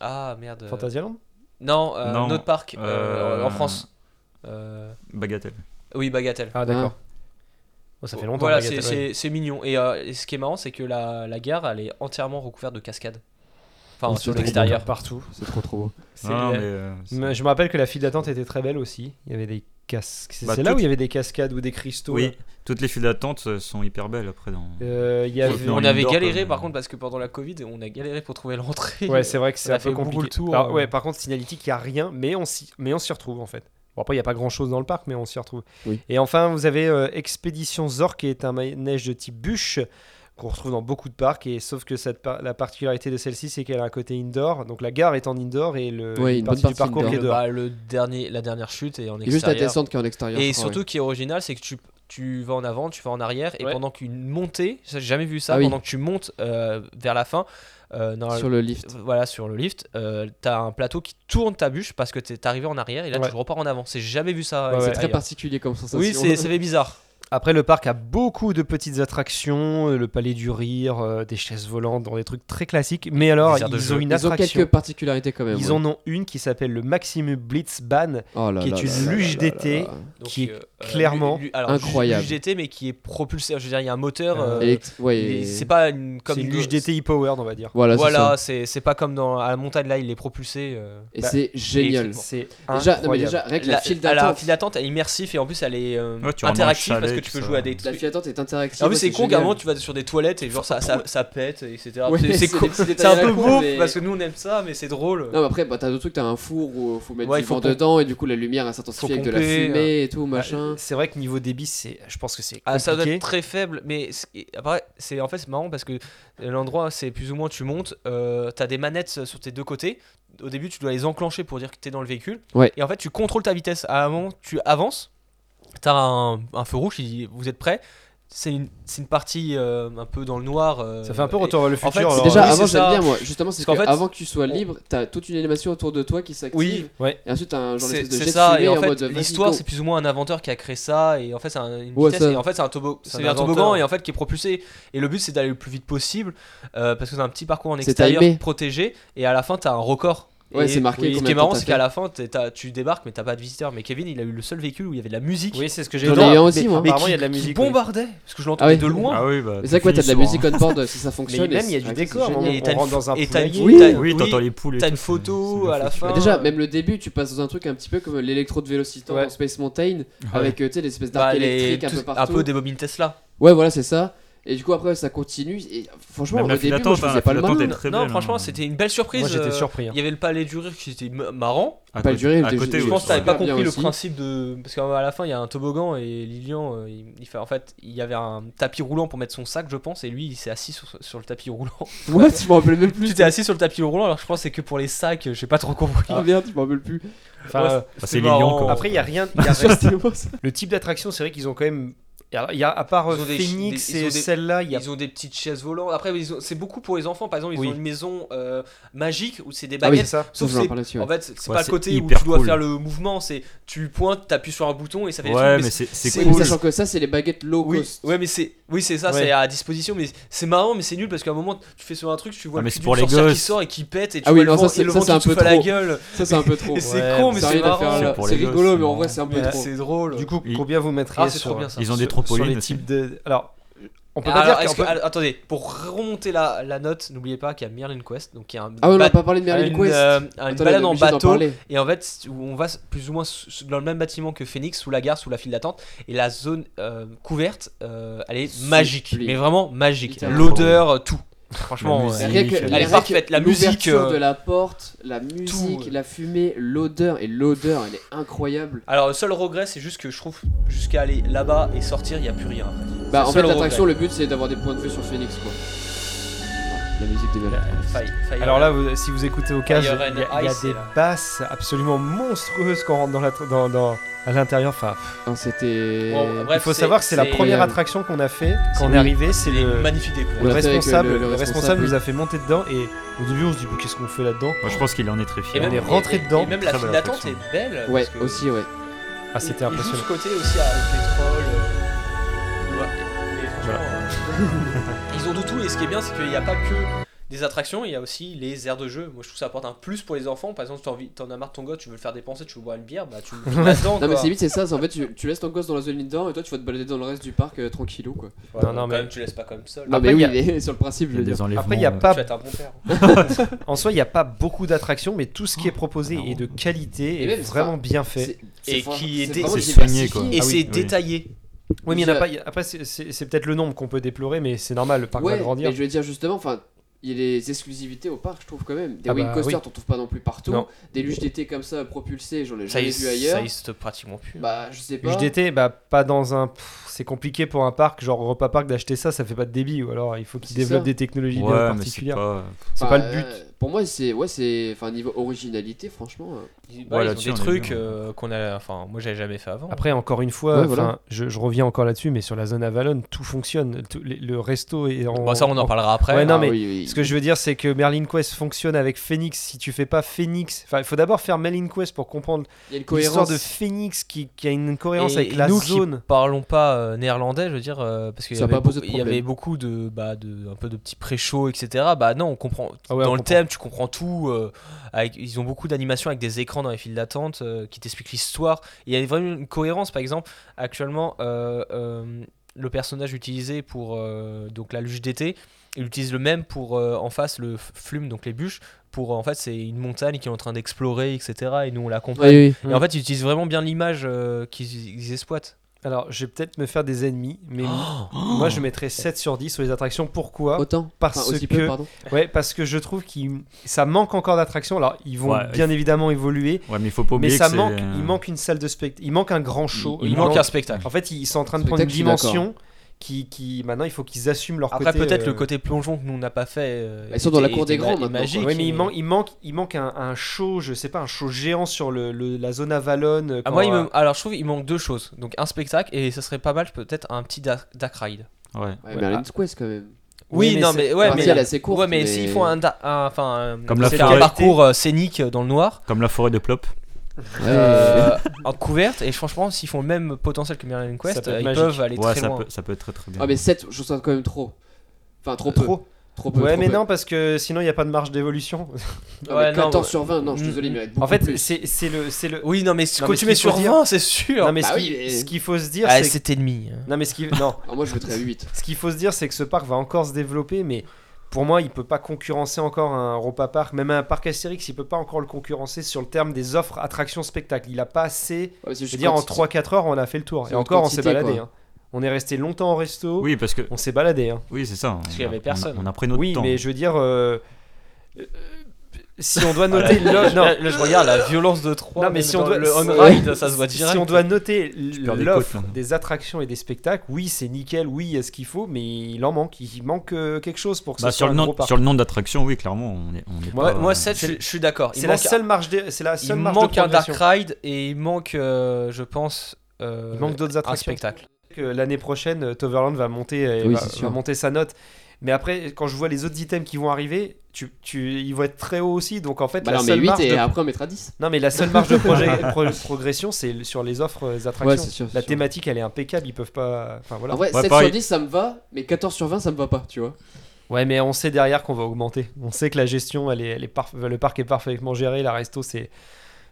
ah merde,
Fantasyland
non, euh,
Non,
un autre parc euh,
euh,
en France, Euh,
Bagatelle.
oui Bagatelle.
Ah, d'accord. Bon, ça fait longtemps.
Voilà,
Bagatelle,
c'est
ouais.
c'est- c'est mignon. Et, euh, et ce qui est marrant, c'est que la, la gare, elle est entièrement recouverte de cascades. Enfin,
Oh,
sur
c'est trop
l'extérieur.
Partout.
C'est trop trop beau.
C'est
Non,
le-
mais, euh, c'est-
Mais Je me rappelle que la file d'attente était très belle aussi. Il y avait des casques. C'est
Bah,
c'est là
tout-
où il y avait des cascades ou des cristaux. là
Oui, toutes les files d'attente euh, sont hyper belles après. Dans...
Euh, il y
Faut
avait.
Non,
on
il
avait
dort,
galéré
quand même.
par contre parce que pendant la Covid, on a galéré pour trouver l'entrée.
Ouais, c'est vrai que c'est
a
un peu
fait beaucoup
compliqué.
le tour,
Alors,
euh.
ouais, par contre, signalétique, il n'y a rien, mais on s'y, mais on s'y retrouve en fait. Bon, après, il n'y a pas grand chose dans le parc, mais on s'y retrouve.
Oui.
Et enfin, vous avez euh, Expédition Zor, qui est un manège de type bûche qu'on retrouve dans beaucoup de parcs. Et sauf que cette par- la particularité de celle-ci, c'est qu'elle a un côté indoor. Donc la gare est en indoor et le
Ouais, une
partie
bonne
du
partie
parcours qui est
le,
indoor.
dehors.
bah, le dernier, la dernière chute est en
Et juste la
extérieur.
descente qui est en extérieur.
et
je crois,
surtout, qui est original, c'est que tu, tu vas en avant, tu vas en arrière, et
Ouais.
pendant qu'une montée, ça, j'ai jamais vu ça,
Ah oui.
pendant que tu montes euh, vers la fin, euh, dans
ouais.
la-
Sur le lift.
voilà, sur le lift, euh, t'as un plateau qui tourne ta bûche parce que t'es t'es arrivé en arrière et là
Ouais.
tu repars en avant. C'est jamais vu ça.
Ouais,
euh,
ouais.
C'est très
ailleurs.
particulier comme sensation.
Oui, c'est ça fait bizarre.
Après, le parc a beaucoup de petites attractions, euh, le palais du rire, euh, des chaises volantes, dans des trucs très classiques. Mais alors,
Des aires de
ils
jeu.
ont une
Ils ont
attraction.
quelques particularités quand même.
Ils
ouais.
en ont une qui s'appelle le Maximum Blitz Ban,
Oh là
qui est
là
une
là là
luge
là là
d'été.
là.
qui est
euh,
clairement
lu- lu- alors,
incroyable.
luge d'été, mais qui est propulsé. Je veux dire, il y a un moteur.
Euh,
euh,
Élect- ouais,
il est-
et-
c'est pas une, comme
c'est une
une-
luge d'été e-powered, on va dire.
Voilà, c'est ça.
Voilà, c'est c'est pas comme dans à la montagne là, il est propulsé. euh.
Et
Bah,
c'est génial.
C'est
Déjà, non, mais
incroyable.
déjà, rien que la,
La-
file
à la
d'attente.
file d'attente, elle est immersive et en plus elle est euh,
Ouais, tu rentres dans le
interactive parce
chalet,
que tu
tout
peux
ça.
jouer à des
La
trucs.
file d'attente est interactive.
En plus,
ouais,
c'est con
génial.
qu'avant, tu vas sur des toilettes et genre ça, ça, ça pète, etc.
Ouais,
c'est c'est
c'est
con-
des petits
c'est
détails
un
à la
peu
con,
beau
mais-
parce que nous on aime ça, mais c'est drôle.
Non, mais après, bah, t'as d'autres trucs, t'as un four où euh, faut mettre
Ouais,
du
il faut
vent
pomper.
dedans et du coup la lumière elle s'intensifie
Faut
avec de la
pomper, euh,
fumée et tout, machin.
Bah, C'est vrai que niveau débit, c'est, je pense que c'est
Ah, ça doit
compliqué.
être très faible, mais ce qui- après, c'est en fait c'est marrant parce que l'endroit c'est plus ou moins tu montes, euh, t'as des manettes sur tes deux côtés. Au début, tu dois les enclencher pour dire que t'es dans le véhicule.
Ouais.
Et en fait, tu contrôles ta vitesse. À un moment, tu avances, t'as un, un feu rouge, il dit vous êtes prêt. C'est une, c'est une partie euh, un peu dans le noir. euh,
Ça fait un peu
et-
retour vers le
en
futur.
fait, c'est
alors,
Déjà,
oui,
euh,
avant,
c'est ça.
j'aime bien, moi. Justement, c'est
Parce qu'en fait,
qu'avant que tu sois
on-
libre, t'as toute une animation autour de toi qui s'active.
oui, ouais.
Et ensuite, t'as un genre
C'est
d'espèce de
c'est
jet de
ça,
fumée
et en
en mode
fait,
vas-y,
l'histoire
go.
c'est plus ou moins un inventeur qui a créé ça, et en fait, c'est un, une
Ouais,
vitesse,
ça-
et en fait, c'est un, tobo- c'est
un
un
inventeur.
toboggan, et en fait, qui est propulsé. Et le but, c'est d'aller le plus vite possible, euh, parce que c'est un petit parcours en
C'est
extérieur
timé.
protégé, et à la fin, t'as un record.
Ouais,
Et
c'est marqué
Ce
combien
qui est
de temps
marrant,
t'as
c'est qu'à la fin, t'es- t'as- tu débarques, mais t'as pas de visiteurs. Mais Kevin, il a eu le seul véhicule où il y avait de la musique.
oui, c'est ce que j'ai
J'en
dit.
ai eu un aussi,
Mais
moi.
mais
apparemment,
qui-
il y a de la
qui
musique. oui.
bombardait, parce que je l'entendais
Ah oui.
de loin.
Ah oui, bah.
Mais c'est quoi, t'as de la
finis
musique on board si ça
Mais
fonctionne.
même,
et
il y a du
c'est-
décor. hein.
c'est
on-
génial.
Et t'as
On
une-
rentre dans un
et t'as
poulailler.
une-
Oui.
t'as-
souvent. Oui, t'entends les poules. et
t'as
tout,
une
c'est-
photo
c'est
à la
magnifique.
fin.
Bah, Déjà, même le début, tu passes dans un truc un petit peu comme l'électro de Vélocitor
Ouais.
dans Space Mountain,
Ah
avec euh, tu sais, l'espèce
Bah,
d'arc
les-
électrique un
tout-
peu partout.
des bobines Tesla.
Ouais, voilà, c'est ça. Et du coup, après, ça continue. Et franchement,
Même la
au début,
file
moi, je
d'attente, hein,
faisais
la
pas
file
le
d'attente
malin.
est- très
non,
belle,
franchement,
hein.
c'était une belle surprise.
Moi, j'étais
euh,
surpris. hein.
Il y avait le palais du rire qui était m- marrant.
À
Pas le
côté-
durer, le
à
début,
côté,
je
oui,
Je pense que t'avais
ouais.
pas
bien
compris le
aussi.
principe de. Parce qu'à la fin, il y a un toboggan et Lilian, euh, il, il fait, en fait, il y avait un tapis roulant pour mettre son sac, je pense, et lui, il s'est assis sur, sur le tapis roulant.
Ouais, tu m'en rappelles même
tu
plus.
t'es assis sur le tapis roulant, alors je pense que c'est que pour les sacs, euh, j'ai pas trop compris.
Ah merde, tu m'en rappelles plus.
Enfin,
Ouais,
euh,
Ah, bah, c'est
C'est
les lions,
marrant.
quoi.
Après, il y a rien. il y a rien-
C'était moi, ça.
Le type d'attraction, c'est vrai qu'ils ont quand même. Alors, Il y a, à part euh,
Ils ont des-
Phoenix
des-
et
ils ont des-
celle-là, il y a.
Ils ont des petites chaises volantes. Après, ils ont- c'est beaucoup pour les enfants. Par exemple, ils
Oui.
ont une maison euh, magique où c'est des
Ah oui, c'est
baguettes.
ça.
Ça,
Sauf
je vais
que
en
c'est-
parler dessus.
en fait, c'est
Ouais,
pas le
c'est
côté où
hyper
tu dois
cool.
faire le mouvement. C'est tu pointes, t'appuies sur un bouton et ça fait des
Ouais,
trucs. mais
mais c'est c'est
Oui, mais
cool.
sachant que ça, c'est les baguettes low
Oui,
cost.
ouais, mais c'est, oui, c'est ça,
Ouais.
c'est à disposition, mais c'est marrant, mais c'est nul parce qu'à un moment, tu fais sur un truc, tu vois
Ah,
le
mais
cul
c'est
d'une
pour les
sorcière qui
gosses.
sort et qui pète, et tu
Ah oui,
vois le
non, ça,
vent-
c'est-
et le
ça,
vent
c'est un
qui te
peu
fout à la
trop.
gueule.
Ça, c'est un peu trop.
Et c'est
Ouais,
con,
mais
mais
Ça
c'est
arrive à faire
marrant.
un-
C'est pour
C'est
les gosses,
rigolo, mais en
ouais.
vrai, c'est un peu
Mais
trop.
c'est drôle.
Du coup,
Ils-
combien vous mettriez
Ah, c'est
sur,
trop bien ça.
Ils ont
sur- sur
des
les
trampolines. aussi.
types de. Alors, on
Bah,
peut pas
Alors,
dire
est-ce
qu'on
que-
peut-
ah, attendez, pour remonter la, la note, n'oubliez pas qu'il y a Merlin Quest, donc il y a un
Ah ouais, on
ba-
n'a pas parlé de Merlin
Bah, une,
Quest.
euh, une
Attends, on est
balade en
obligé d'en
bateau,
parler.
et en fait, c'est où on va s- plus ou moins s- s- dans le même bâtiment que Phoenix, sous la gare, sous la file d'attente, et la zone euh, couverte, euh, elle est magique,
Sublime.
mais vraiment magique.
Littéralement.
L'odeur, euh, tout. Franchement,
musique.
euh,
Rien que-
elle est
rien que
parfaite, la musique,
l'ouverture
euh,
de la porte, la musique,
tout.
la fumée, l'odeur et l'odeur, elle est incroyable.
Alors le seul regret c'est juste que je trouve jusqu'à aller là-bas et sortir il n'y a plus rien.
Bah en
le
fait
seul
l'attraction
regret.
le but c'est d'avoir des points de vue sur Phoenix quoi. la musique de Mel.
Fire- Fire-
Alors là, vous- si vous écoutez au casque, il y,
Fire
a-
and
il y a
Ice,
des
c'est là.
basses absolument monstrueuses qu'on rentre dans la, dans, dans- à l'intérieur. Enfin,
Non, C'était.
Bon,
il
bref,
faut savoir que c'est la première
incroyable.
attraction qu'on a fait quand
C'est-
on est
oui.
arrivé. C'est
C'est une
le,
magnifique
le
découverte.
Ouais. avec le-
responsable.
le
Le, responsable
responsable,
nous a fait monter dedans et au début, on se dit Bon, qu'est-ce qu'on fait là-dedans
Moi, je pense qu'il en est très
Et
fier.
même- on est rentré
et- et-
dedans.
Et même la
Très
file
belle
d'attente
attraction.
est belle.
Ouais,
parce que
aussi, ouais.
Ah,
il-
c'était
il joue
impressionnant.
ce côté aussi avec les trolls. euh, ouais, et- et franchement, euh, Ils ont de tout et ce qui est bien, c'est qu'il n'y a pas que des attractions, il y a aussi les aires de jeu. Moi, je trouve que ça apporte un plus pour les enfants. Par exemple, si t'as envie- t'en as marre de ton gosse, tu veux le faire dépenser, tu veux boire une bière, bah tu le fous là-dedans.
Non, mais
quoi.
c'est vite, c'est ça. c'est En fait, tu, tu laisses ton gosse dans la zone indoor et toi, tu vas te balader dans le reste du parc euh, tranquillou, quoi.
Non,
Ouais, donc,
non,
quand
mais-
même, tu laisses pas quand même seul.
Non,
Après,
mais
il
oui,
y a-
mais sur le principe, je
Il y
veux
a
dire.
des enlèvements.
Après, il n'y a
euh,
Tu
pas.
vas être un bon père.
En soi, il n'y a pas beaucoup d'attractions, mais tout ce qui est proposé est de qualité
Ah, Et
et
même,
vraiment
enfin,
bien fait.
C'est- c'est
Et
fran-
qui est
c'est
dé-
vraiment
c'est soigné,
diversifié.
quoi.
Et
Ah
c'est
oui, oui.
détaillé.
Oui, mais il y en a
Déjà-
pas. il y a- Après, c'est- c'est c'est peut-être le nombre qu'on peut déplorer, mais c'est normal, le parc va
Ouais,
grandir.
mais je veux dire justement, enfin, il y a des exclusivités au parc, je trouve quand même. Des
Ah
wing
bah
coasters,
oui.
t'en trouves pas non plus partout.
Non.
Des luges d'été comme ça propulsées, j'en ai
Ça
jamais vu ailleurs.
existe pratiquement plus.
Bah, je sais pas.
Luge d'été, bah, pas dans un. pff, C'est compliqué pour un parc, genre Europa Park, d'acheter ça, ça fait pas de débit. Ou alors il faut qu'ils
C'est
développent
ça.
des technologies bien
Ouais, mais c'est
particulières.
pas.
C'est pas,
Enfin,
le but.
euh, pour moi, c'est ouais, c'est enfin niveau originalité, franchement. euh,
Ils-
Ouais,
bah, ils ont
là-dessus,
des
on est
trucs
bien. Ah,
euh, qu'on a. Enfin, moi, j'avais jamais fait avant.
Après, encore une fois,
Ouais, voilà.
enfin, je, je reviens encore là-dessus, mais sur la zone Avalon, tout fonctionne. Tout- le, le resto est en.
Bah,
Bon, ça, on en parlera après.
Ouais, non,
ah
mais
oui, oui.
Ce que je veux dire, c'est que Merlin Quest fonctionne avec Phoenix. Si tu fais pas Phoenix, enfin, il faut d'abord faire Merlin Quest pour comprendre
il y a une
l'histoire
cohérence.
de Phoenix qui, qui a une cohérence
Et
avec la
nous qui
zone.
Parlons pas euh, néerlandais, je veux dire, euh, parce qu'il y,
Ça a
avait
pas posé
beaucoup-
de
il y avait
problème.
beaucoup de, bah, de, un peu de petits pré-shows, etc. Bah non, on comprend.
Ah ouais,
dans
on
le
comprend.
thème, tu comprends tout. euh, avec, ils ont beaucoup d'animations avec des écrans dans les files d'attente euh, qui t'expliquent l'histoire. Il y a vraiment une cohérence, par exemple, actuellement, euh, euh, le personnage utilisé pour euh, donc la luge d'été, il utilise le même pour euh, en face le f- flume, donc les bûches. Pour euh, en fait, c'est une montagne qui est en train d'explorer, etc. Et nous, on l'accompagne.
Oui, oui.
Et en fait, ils utilisent vraiment bien l'image euh, qu'ils ils exploitent.
Alors, je vais peut-être me faire des ennemis, mais
Oh
moi, je mettrais 7 sur 10 sur les attractions. Pourquoi
Autant.
Parce
Enfin, aussi
que-
peu, pardon.
Ouais, parce que je trouve qu'il ça manque encore d'attractions. Alors, ils vont
Ouais,
bien évidemment évoluer,
Ouais, mais il faut pas
mais
oublier
ça
que
manque.
c'est, euh,
Il manque une salle de spectacle. Il manque un grand show.
il manque un spectacle.
En fait, ils sont en train de prendre une
Spectacle, je suis d'accord.
dimension qui, qui maintenant il faut qu'ils assument leur
Après,
côté.
peut-être
euh,
le côté plongeon que nous on n'a pas fait. euh,
Ils sont dans la
était-
cour des
était
grands
ma-
maintenant,
magique,
quoi.
Oui, mais il, man- il manque, il manque un, un show, je sais pas, un show géant sur le, le- la zone Avalon. euh,
Ah,
quand,
moi, il
euh,
me- Alors, je trouve il manque deux choses. Donc, un spectacle et ça serait pas mal, peut-être un petit Dark, dark Ride.
Ouais.
Ouais, Merlin's Quest quand même.
Oui,
Oui,
mais
non,
c'est-
mais
Ouais,
ouais, mais
elle est assez courte.
ouais, mais s'ils font un, da- un- enfin, un-
Comme la
c'est
forêt.
un parcours euh, scénique dans le noir,
Comme la forêt de Plop.
Ouais.
euh, en couverte, et franchement, s'ils font le même potentiel que Merlin
Ça
Quest,
peut être
euh, ils
magique.
peuvent aller
Ouais,
très
ça
loin.
peut, ça peut être très très bien.
Ah, mais 7, je trouve ça quand même trop. Enfin, trop peu.
Trop.
Trop peu.
Ouais,
trop
mais
peu.
non, parce que sinon il n'y a pas de marge d'évolution.
Ah, mais
Ouais, non,
14
mais-
sur 20, non, je suis désolé,
Mm.
mais avec
en
beaucoup
fait,
plus.
c'est c'est le. c'est le...
Oui, non, mais
Non,
quand
mais
tu
ce
mets
qu'il faut
sur
dire-
20, c'est sûr.
Non, mais
Bah
ce
oui,
qui-
mais-
ce qu'il faut se dire,
Ah,
c'est.
c'était demi. hein.
Non, mais ce qui. Non.
Ah, moi, je mettrais 8.
Ce qu'il faut se dire, c'est que ce parc va encore se développer, mais pour moi, il peut pas concurrencer encore un Europa Park, même un parc Astérix, il peut pas encore le concurrencer sur le terme des offres attractions spectacle. Il a pas assez.
Ouais, c'est
Je
juste
veux dire, en
quanti-
3-4 heures, on a fait le tour.
C'est
Et
une
encore, on s'est
quantité,
baladé.
quoi.
hein. On est resté longtemps en resto.
Oui, parce que
On s'est baladé. hein.
oui, c'est ça. Parce
qu'il y avait personne.
On, a pris notre
Oui,
temps.
mais je veux dire. euh, euh, Si on doit noter l'offre, non,
Là, là, je regarde la violence de 3.
Non, mais si on doit-
le
si-
on-ride, ça se voit direct.
si on doit noter
perds des
l'offre
hein.
côtes, là.
des attractions et des spectacles, oui, c'est nickel, oui, il y a ce qu'il faut, mais il en manque, il manque euh, quelque chose pour que
Bah,
ce
sur,
soit
le
un gros
nom,
parc.
sur le nom d'attraction, oui, clairement, on est, on est
Moi,
pas-
moi 7, je, je suis d'accord. Il
C'est la
manque-
seule marge, de- c'est la
Il
seule marge de
manque un Dark
progression.
Ride et il manque, euh, je pense, euh,
Il manque d'autres
un
attractions.
spectacle.
Que L'année prochaine, euh, Toverland va monter, euh,
Oui,
va,
c'est
va
sûr.
monter sa note. Mais après, quand je vois les autres items qui vont arriver, tu, tu- ils vont être très hauts aussi. Donc en fait,
Bah
la
non, mais
seule
8
marge
et
de...
après on mettra 10.
non, mais la seule marge de projet- pro- progression, c'est le- sur les offres, les attractions.
Ouais, c'est sûr. c'est
la
sûr.
thématique, elle est impeccable. Ils peuvent pas. Enfin voilà.
En vrai,
Ouais,
7
pareil.
sur 10 ça me va, mais 14 sur 20 ça me va pas, tu vois.
Ouais, mais on sait derrière qu'on va augmenter. On sait que la gestion, elle est, elle est parf- le parc est parfaitement géré. La resto, c'est.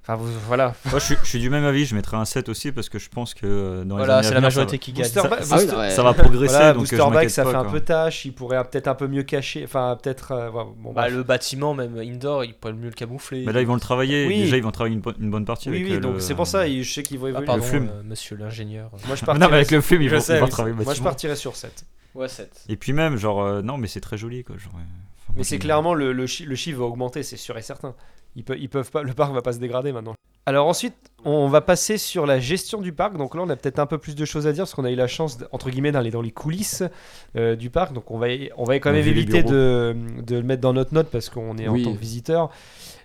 Enfin vous- voilà.
Moi, je, suis- je suis du même avis, je mettrais un 7 aussi parce que je pense que euh, dans les
Voilà,
années à
c'est la
venir, ça
majorité qui gagne.
Booster
Ça-
Ba-
Ah oui,
Booster-
non, ouais.
va, ça va progresser.
Voilà,
donc, euh, je
Booster Bag,
m'inquiète
ça
pas,
fait un
quoi.
peu tâche. Il pourrait peut-être un peu mieux cacher. Enfin, peut-être. euh, ouais, bon,
Bah,
bref.
le bâtiment, même indoor, ils pourraient mieux le camoufler.
Mais là, ils vont le travailler.
Oui.
Déjà, ils vont travailler une, bonne- une bonne partie.
Oui,
avec,
oui,
euh,
donc
le-
c'est pour ça. et Je sais qu'ils vont
Ah,
évoluer.
pardon,
le flume.
euh, monsieur l'ingénieur.
Moi, je
Non, mais
partirais.
avec le film, ils
Je
vont,
sais,
ils vont
oui.
travailler Bah, le
Moi, je
bâtiment.
partirais sur 7.
Ouais, 7.
Et puis même, genre, euh, non, mais c'est très joli, quoi. genre, euh, enfin, moi,
Mais c'est
j'aime bien.
clairement le, le, chi- le chiffre va augmenter, c'est sûr et certain. Ils, pe- ils peuvent pas, le parc va pas se dégrader maintenant. Alors ensuite, on va passer sur la gestion du parc. Donc là, on a peut-être un peu plus de choses à dire parce qu'on a eu la chance, d- entre guillemets, d'aller dans les coulisses euh, du parc. Donc on va, y- on va quand
On a
même
vu les
éviter
bureaux.
de, de le mettre dans notre note parce qu'on est
Oui.
en tant que visiteur.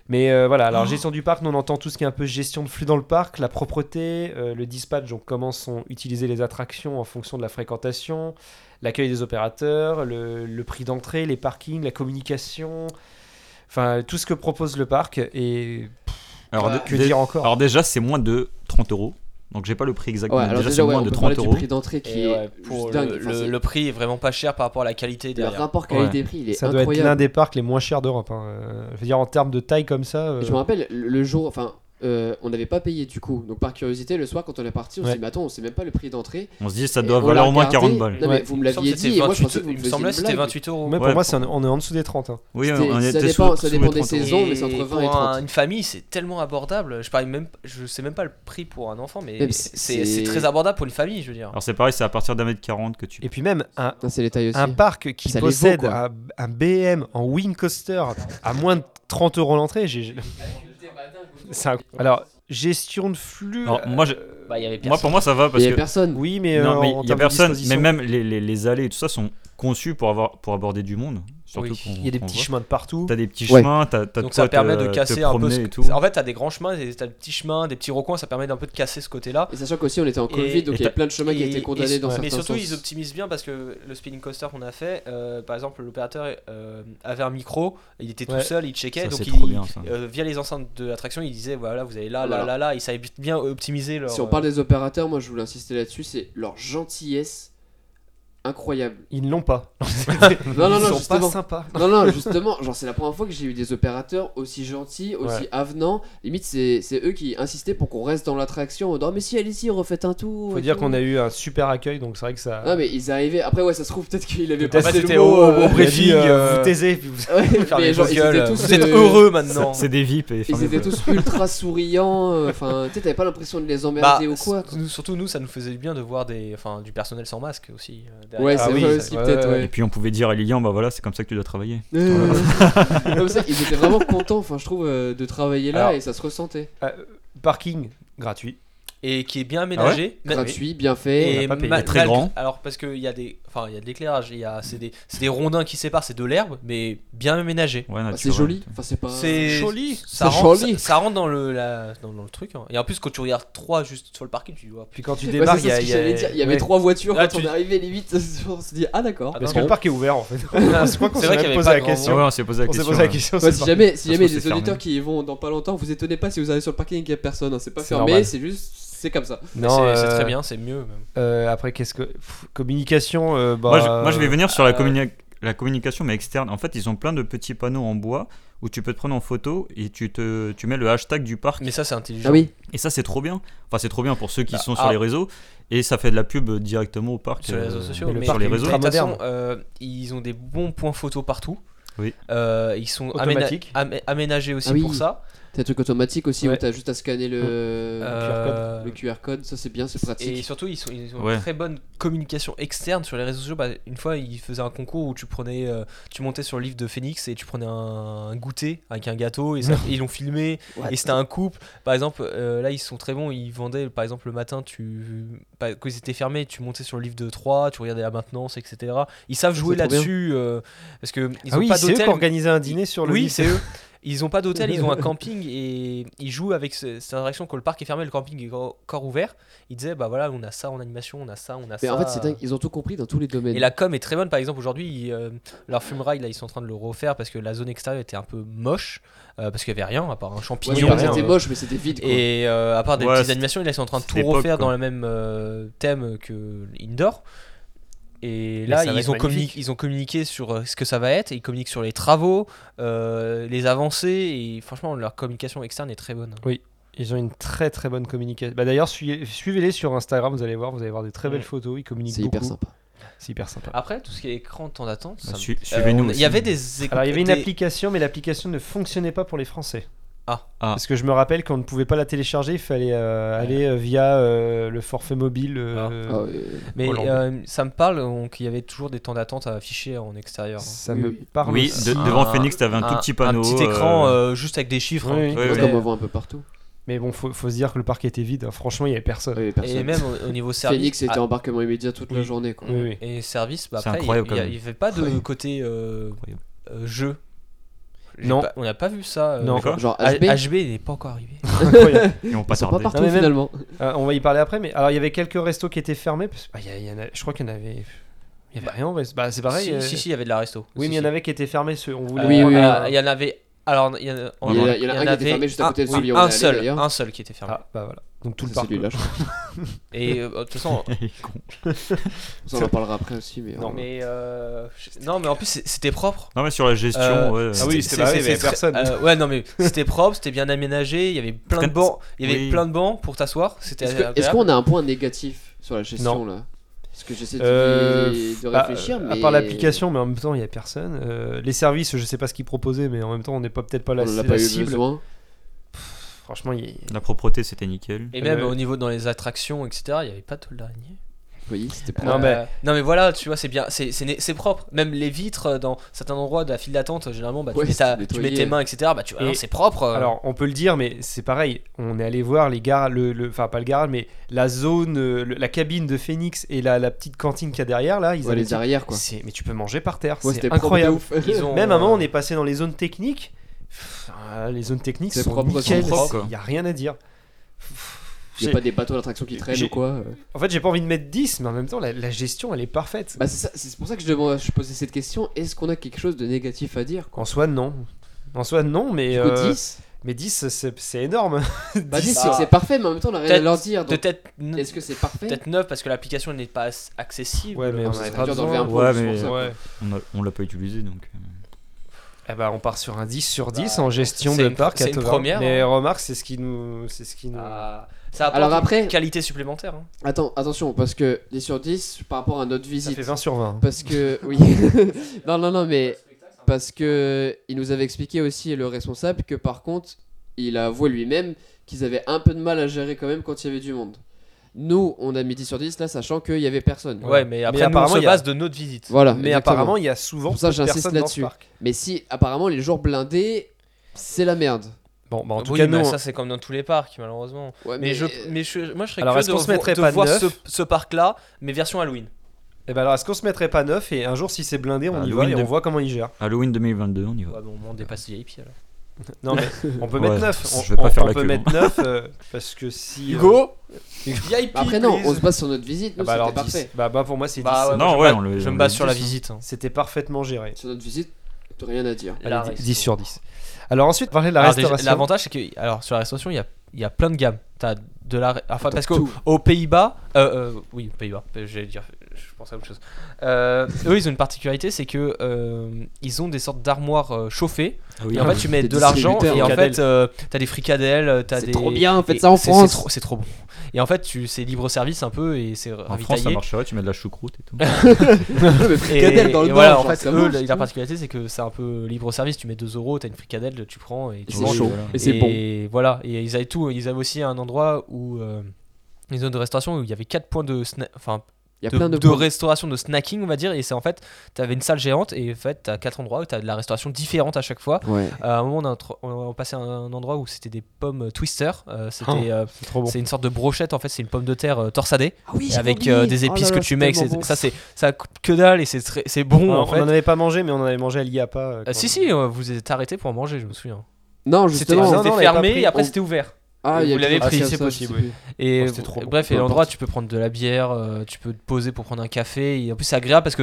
Mais euh, voilà,
Oh.
alors gestion du parc, nous on entend tout ce qui est un peu gestion de flux dans le parc, la propreté, euh, le dispatch, donc comment sont utilisées les attractions en fonction de la fréquentation, l'accueil des opérateurs, le, le prix d'entrée, les parkings, la communication, enfin tout ce que propose le parc. Et
Alors,
Bah,
dé-
que
dé-
dire encore
Alors déjà, c'est moins de 30 euros. Donc j'ai pas le prix exact.
Ouais,
mais
alors
déjà,
déjà,
c'est
ouais,
moins
on
de
peut parler
30
du
euros.
prix d'entrée qui
Et
est
ouais, pour
juste
le,
dingue.
le-
Enfin, c'est-
le prix est vraiment pas cher par rapport à la qualité
le
derrière.
rapport
Ouais.
qualité-prix, il est
Ça doit être l'un
incroyable.
des parcs les moins chers d'Europe. hein. Euh, Je veux dire, en termes de taille comme ça. euh,
Je me rappelle le le jour, enfin, euh, on n'avait pas payé du coup. Donc par curiosité, le soir quand on est parti, on s'est
Ouais.
dit, mais attends, on sait même pas le prix d'entrée.
On se dit, ça
Et
doit
on
valoir
l'a
au moins
regardé.
40 balles.
Non, mais
Ouais.
vous me
Il me semble
l'aviez
que c'était
dit, et moi je
28
pensais que vous me
il me
faisiez
semblait
une
que c'était
blague.
28 euros.
mais pour
Ouais,
moi,
pour-
c'est en- on est en dessous des 30. hein.
Oui,
C'était-
on
ça
était
dépend-
sous,
ça
sous
dépend
les
des
30 euros.
saisons. mais c'est entre
Et
20 et
pour un-
30.
une famille, c'est tellement abordable. Je parle même, je sais même pas le prix pour un enfant, mais
Même si
c'est
c'est-
c'est très abordable pour une famille, je veux dire.
Alors c'est pareil, c'est à partir d'un mètre 40 que tu.
Et puis, même un,
Putain, c'est les tailles aussi.
un parc qui
Ça les vaut,
possède
quoi.
un, un BM en wing coaster à moins de 30 euros l'entrée. j'ai- j'ai- c'est un- Alors, gestion de flux.
Alors, moi, je-
euh,
Bah, il y avait
Moi, pour moi, ça va
Il
parce
y a
que.
personne.
Oui, mais.
non,
euh,
mais
en
il y a
termes de
personne. Mais
disposition,
même les, les- les allées et tout ça sont conçues pour avoir pour aborder du monde. Surtout
Oui.
qu'on-
Il y a des
qu'on
petits
voit.
chemins de partout.
T'as des petits
Ouais.
chemins, t'as t'as de
Donc
quoi
ça
te-
permet de
te
casser un peu.
promener
Ce...
et tout.
que- ah, En fait, t'as des grands chemins, des- t'as des petits chemins, des petits recoins, ça permet d'un peu de casser ce côté-là.
Et sachant qu'aussi on était en Covid,
Et-
donc
et
il y a
t'as-
plein de chemins qui
Et-
étaient condamnés
et-
dans certains
Mais surtout,
sens.
ils optimisent bien parce que le spinning coaster qu'on a fait, euh, par exemple, l'opérateur euh, avait un micro, il était
Ouais.
tout seul, il checkait,
Ça,
donc
c'est
il-
trop bien, ça.
euh, via les enceintes de l'attraction, il disait voilà, vous avez là, là,
Voilà.
là, là, ils savaient bien optimiser leur.
Si on parle des opérateurs, moi je voulais insister là-dessus, c'est leur gentillesse incroyable.
Ils ne l'ont pas.
euh,
Non, non,
Ils
non,
sont pas
justement.
sympas.
Non, non, justement, genre c'est la première fois que j'ai eu des opérateurs aussi gentils, aussi
Ouais.
avenants. Limite, c'est c'est eux qui insistaient pour qu'on reste dans l'attraction. On dit, mais si, allez-y, refaites un tour.
Faut
et
dire
tout.
qu'on a eu un super accueil, donc c'est vrai que ça.
Non, Ah, mais ils arrivaient. Après, ouais, ça se trouve, peut-être qu'il avait
Peut-être
passé
c'était
le mot.
au-
euh,
au brief.
Briefing,
euh,
vous taisez, puis vous-
ouais,
faire
mais
les
genre,
vos
ils
gueules,
étaient tous.
Vous êtes
euh,
heureux maintenant.
C'est des VIP et
Ils étaient tous ultra souriants. euh, Enfin, tu sais, t'avais pas l'impression de les
Bah,
emmerder ou quoi. quoi.
nous- surtout nous, ça nous faisait du bien de voir des, enfin, du personnel sans masque aussi. euh, derrière.
Ouais,
Ah
c'est
oui,
vrai
ça-
aussi,
ouais,
peut-être,
ouais.
Et
ouais.
puis on pouvait dire à Lilian, bah voilà, c'est comme ça que tu dois travailler.
Euh, Comme ça, ils étaient vraiment contents, enfin, je trouve, euh, de travailler là
Alors-
et ça se ressentait.
euh, Parking gratuit.
Et qui est bien aménagé. mais-
Gratuit, bien fait.
Et
Ah on a pas payé.
ma-
Très
malgré-
grand.
Alors parce qu'il y a des, enfin il y a de l'éclairage, il y a c'est des, c'est des rondins qui séparent, c'est de l'herbe, mais bien aménagé.
Ouais,
Bah,
naturel.
c'est joli. Enfin, c'est pas.
C'est
joli.
Ça
C'est
rentre,
joli.
ça, ça rentre dans le la- dans, dans le truc. hein. Et en plus quand tu regardes 3 juste sur le parking, tu oh, vois.
Puis quand tu
Ouais,
démarres,
c'est ça, ce que
il y a-
j'allais
il y a.
dire. Il y avait
ouais.
trois voitures
Là,
quand
tu-
on est arrivé limite. On se dit ah d'accord.
Ah,
Parce
non,
que le
non.
parc est ouvert en fait. Je crois qu'on
C'est
s'est
vrai qu'il y
même
avait
posé
pas
la
grand monde.
Ouais,
question.
on s'est posé la
On s'est
question. euh.
posé la question.
Ouais,
c'est
si
pas-
jamais, si
Ça se
jamais
trouve,
les
c'est
auditeurs
fermé.
qui y vont dans pas longtemps, vous étonnez pas si vous allez sur le parking et qu'il y a personne. hein. C'est pas
C'est
fermé,
normal.
c'est juste, c'est comme ça.
Mais
Non,
c'est c'est
euh,
très bien, c'est mieux. Même.
euh, après, qu'est-ce que. Pff, communication. euh, bah,
Moi, je, moi, je vais venir sur la,
euh,
communi- la communication, mais externe. En fait, ils ont plein de petits panneaux en bois où tu peux te prendre en photo et tu, te, tu mets le hashtag du parc.
Mais ça c'est intelligent.
Ah oui.
Et ça, c'est trop bien. Enfin, c'est trop bien pour ceux qui
Bah,
sont sur
ah.
les réseaux. Et ça fait de la pub euh, directement au parc.
sur les
euh,
réseaux sociaux,
mais le
mais,
sur les
mais
réseaux.
de toute
Ultra
façon,
moderne.
euh, ils ont des bons points photos partout.
Oui.
Euh, ils sont
Automatique.
aména- amé- aménagés aussi
Ah oui.
pour ça.
T'as un truc automatique aussi
Ouais.
où t'as juste à scanner le,
Euh,
le QR code. Ça c'est bien, c'est pratique.
Et surtout, ils, sont- ils ont
Ouais.
une très bonne communication externe sur les réseaux sociaux. Bah, une fois, ils faisaient un concours où tu prenais, euh, tu montais sur le livre de Phoenix et tu prenais un, un goûter avec un gâteau et ça- ils l'ont filmé.
What
Et c'était un couple. Par exemple, euh, là, ils sont très bons. Ils vendaient, par exemple, le matin, tu, pas- quand ils étaient fermés, tu montais sur le livre de 3, tu regardais la maintenance, etc. Ils savent jouer
C'est trop
là-dessus euh, parce que ils
Ah
ont
oui,
pas
c'est eux qui
d'hôtel.
organisaient un dîner sur le.
Oui,
lit.
c'est eux. Ils ont pas d'hôtel, ils ont un camping et ils jouent avec ce- cette interaction que le parc est fermé, le camping est encore ouvert. Ils disaient bah voilà, on a ça en animation, on a ça, on a
Mais
ça.
en fait, c'est dingue, ils ont tout compris dans tous les domaines.
Et la com est très bonne. Par exemple, aujourd'hui, ils, euh, leur fumerail, là, ils sont en train de le refaire parce que la zone extérieure était un peu moche, euh, parce qu'il y avait rien à part un
Ouais,
champignon.
c'est
Ils
pas
ont-
que c'était
euh,
moche, mais c'était vide. Quoi.
et euh, à part des
Ouais,
petites
c'était-
animations, là, ils sont en train de
c'était
tout
l'époque,
refaire dans
quoi.
le même euh, thème que indoor. Et
Mais
là,
ça va
ils
être
ont, communi-
magnifique.
ils ont communiqué sur euh, ce que ça va être, ils communiquent sur les travaux, euh, les avancées, et franchement, leur communication externe est très bonne.
Ils ont une très très bonne communication. Bah, D'ailleurs, sui- suivez-les sur Instagram, vous allez voir, vous allez voir des très belles
Ouais. Ah,
photos. Ils communiquent
C'est hyper
beaucoup.
sympa.
C'est hyper sympa.
Après, tout ce qui est écran de temps d'attente, ça
bah,
me-
su-
Euh,
Suivez-nous.
on- il
aussi.
y avait des écrans-
Alors, il y avait une
des-
application, mais l'application ne fonctionnait pas pour les Français.
Ah.
Ah.
Parce que je me rappelle qu'on ne pouvait pas la télécharger, il fallait euh, aller euh, via euh, le forfait mobile. euh,
Ah, ouais.
Mais
Hollande.
euh, ça me parle donc, qu'il y avait toujours des temps d'attente à afficher en extérieur.
Ça
Oui,
me
oui.
parle.
Oui,
aussi.
de-
Un-
devant Phoenix, t'avais un, tout petit panneau.
Un petit écran
euh,
euh, juste avec des chiffres.
Oui,
hein,
oui.
qui
Ouais,
Ouais,
ouais.
faisaient-
Comme on voit un peu partout.
Mais bon, faut, faut se dire que le parc était vide. hein. Franchement, il n'y avait personne.
Oui, personne.
Et même au, au niveau service.
Phoenix était
ah,
embarquement immédiat toute la
Oui.
journée. Quoi.
Oui, oui.
Et service, bah,
C'est
après, il
incroyable, quand
n'y
même.
avait pas de
Incroyable.
côté euh,
Incroyable.
euh, jeu. J'ai
Non.
pas- on n'a pas vu ça. euh,
Non.
D'accord.
Genre
Ah,
H-
HB,
HB, il n'est pas encore arrivé.
Incroyable.
Ils vont
ils
pas
sont pas
tarder.
partout
Non, mais même-
finalement.
Euh, on va y parler après. Mais alors, il y avait quelques restos qui étaient fermés. parce- bah, il y a- il y en a- je crois qu'il y en avait. Il n'y avait rien. en vrai. Bah, c'est pareil.
si,
euh,
si, si, il y avait de la resto.
Oui,
Si,
mais il y en
si.
avait qui étaient fermés. ceux- On voulait Ah,
Euh,
Oui,
pas-
oui,
euh,
oui.
Il y en avait. Alors, il y en a,
Il y en a- il y en a un qui était
avait
fermé juste à côté de
un-
celui où on est
un
allé, hein.
seul,
d'ailleurs.
un seul qui était fermé.
Ah, bah voilà. Donc tout le
C'est
parc.
celui-là, je crois.
Et euh, de toute façon,
Ça, On en parlera après aussi. Mais
Non,
mais euh, je- non, mais en plus c'est- c'était propre.
Non, mais sur la
Euh,
gestion, ouais.
Ah oui, c'est vrai, il y avait
très-
personne.
euh, ouais, non, mais c'était propre, c'était bien aménagé. Il y avait plein de
Peut-être-
bancs. Il y avait
oui.
plein de bancs pour t'asseoir. C'était
Est-ce que-
agréable.
est-ce qu'on a un point négatif sur la gestion là Parce que j'essaie de,
Euh,
de
Bah,
réfléchir.
euh,
mais...
À part l'application, mais en même temps, il n'y a personne. Euh, les services, je sais pas ce qu'ils proposaient, mais en même temps, on n'est pas peut-être pas la,
on n'a
la
pas eu
cible.
besoin.
Franchement, il y-
La propreté, c'était nickel.
Et même
Euh,
au niveau dans les attractions, etc. Il y avait pas de tôle d'araignée.
Oui, c'était pas.
Non,
Euh,
mais-
non mais voilà, tu vois, c'est bien, c'est- c'est né- c'est propre. Même les vitres euh, dans certains endroits de la file d'attente, euh, généralement, bah, tu,
Ouais,
mets ta-
c'est
tu mets
nettoyé.
tes mains, etc. Bah, tu vois,
Et-
non, c'est propre. euh.
Alors, on peut le dire, mais c'est pareil. On est allé voir les gares, le, le- enfin pas le garage, mais la zone, euh, le- la cabine de Phoenix et la, la petite cantine qu'il y a derrière là. Ils
Ouais,
avaient
les
dit-
arrières quoi.
C'est- mais tu peux manger par terre.
Ouais,
c'est
c'était propre de
incroyable.
ouf.
Ils ont-
Même à un moment, on est passé dans les zones techniques. Pff, ah, les zones techniques
C'est
sont
propre,
nickel.
c'est
propre.
Il y a rien à dire.
Il n'y a
J'ai-
pas des bateaux d'attraction qui traînent
j'ai-
ou quoi. euh.
En fait, j'ai pas envie de mettre 10, mais en même temps, la, la gestion, elle est parfaite.
Bah, c'est ça- c'est pour ça que je, demande, je posais cette question. Est-ce qu'on a quelque chose de négatif à dire quoi
En soi, non. En soi, non, mais
Du coup,
euh, ah.
10
mais 10 c'est c'est énorme.
Bah, 10,
10,
c'est que c'est parfait, mais en même temps, on n'a rien à
Peut-être-
leur dire. donc,
peut-être ne-
Est-ce que c'est parfait
peut-être neuf parce que l'application elle n'est pas as- accessible.
Ouais, mais on
Ça
avait
serait
pas
dur d'enlever
besoin.
un point,
Ouais,
c'est pour
mais-
ça, quoi.
Ouais.
On a- On l'a pas utilisé, donc. euh,
Eh ben, on part sur un 10 sur 10
Bah,
en gestion
c'est
de
une-
parc.
c'est
à
une
Tovin.
première,
Mais
hein.
remarque, c'est ce qui nous, c'est ce qui nous.
Ah, ça apporte
Alors
une
après-
qualité supplémentaire. hein.
Attends, attention, parce que 10 sur 10 par rapport à notre
ça
visite.
fait 20 sur 20.
Parce que oui. non non non mais parce que il nous avait expliqué aussi le responsable que par contre il a avoué lui-même qu'ils avaient un peu de mal à gérer quand même quand il y avait du monde. Nous on a mis 10 sur 10 là sachant qu'il y avait personne.
Ouais,
Ouais.
mais
Mais
après nous,
apparemment,
on
il
se
y a-
base de notre visite.
Voilà.
Mais
exactement.
apparemment, il y a souvent
Pour ça,
peu de
j'insiste
personnes dans ce
là-dessus.
parc.
mais si apparemment les jours blindés c'est la merde.
Bon, bah, en tout
Ah Oui,
cas,
mais
nous,
ça c'est comme dans tous les parcs malheureusement.
Ouais,
Mais, je, mais je- moi je serais
Alors,
curieux
est-ce qu'on
de,
se mettrait
de
pas
voir
neuf
ce, ce parc-là, mais version Halloween.
eh ben, alors, est-ce qu'on se mettrait pas neuf et un jour, si c'est blindé, on
Bah,
y va
Halloween
et
de-
on voit comment il gère.
Halloween 2022, on y va.
Ouais, bon, on dépasse VIP alors.
Non, mais on peut
Ouais,
mettre neuf. On,
je vais pas
on-
faire
on
la
peut
queue,
mettre neuf euh, parce que si. euh,
Hugo VIP
Bah, Après non,
please.
on se base sur notre visite,
ah
nous
bah, alors
c'était
10.
parfait.
Bah, bah, pour moi, c'est 10.
Bah, ouais,
Non,
moi,
ouais,
je me
on
base-
le-
je
on
me
le
base sur la
dit,
visite. hein.
C'était parfaitement géré.
Sur notre visite, t'as rien à dire.
La
Allez,
resto.
10 sur 10. Alors ensuite, parler de la
Alors, Ah, déjà,
restauration.
L'avantage, c'est que alors, sur la restauration, il y a, il y a plein de gammes. T'as de la. Enfin,
T'as
parce
tout.
qu'aux aux Pays-Bas. euh, euh, oui, aux Pays-Bas. euh, J'allais dire. Je pensais à autre chose. Euh, eux, ils ont une particularité, c'est que euh, ils ont des sortes d'armoires euh, chauffées.
Ah oui,
Et en fait, tu mets
Des
de l'argent et en
distributeurs.
fait, euh, t'as des fricadelles, euh, t'as
C'est
des.
trop bien, faites
et
ça en
c'est- c'est
France.
trop- C'est trop, bon. Et en fait, tu c'est libre service un peu et c'est
En France, ça
ravitaillé.
marcherait, tu mets de la choucroute et tout.
Ouais, mais
Et,
fricadelle dans le
et voilà,
bar,
en
genre,
fait,
ça
eux,
marche,
la-
tu
la
vois.
particularité, c'est que c'est un peu libre service. Tu mets 2 euros, t'as une fricadelle, tu prends et tu
c'est
manges.
chaud.
voilà.
Et c'est bon.
voilà, et ils avaient tout. Ils avaient aussi un endroit où. euh, une zone de restauration où il y avait 4 points de, sna- enfin,
Il y a
de,
plein de
de
points.
restauration, de snacking, on va dire. Et c'est en fait, t'avais une salle géante et en fait, t'as 4 endroits où t'as de la restauration différente à chaque fois. Euh,
Ouais.
À un moment, on, a, tr- on a passé à un endroit où c'était des pommes twister. euh, c'était.
Oh,
euh,
C'est trop bon.
C'est une sorte de brochette en fait, c'est une pomme de terre euh, torsadée
Ah oui,
et
j'avais
avec
oublié.
euh, des
Oh là
épices
là,
que tu mets.
tellement
etc.
bon. Ah,
Ça, c'est ça coûte que dalle et c'est très- c'est bon
Alors,
Bah, en fait.
On en avait pas mangé, mais on en avait mangé à l'IAPA. euh,
Euh,
quand-
si, si, euh, vous êtes arrêté pour en manger, je me souviens.
Non,
C'était
justement.
non,
c'était
on l'avait pas
fermé
pris.
et après
On-
c'était ouvert.
Ah, il y a
Vous l'avez
tout un
pris,
truc à
c'est
ça,
possible,
je sais
Et
Oh, c'était trop bon.
bref, et
Peu
l'endroit,
importe.
tu peux prendre de la bière, euh, tu peux te poser pour prendre un café. Et en plus, c'est agréable parce que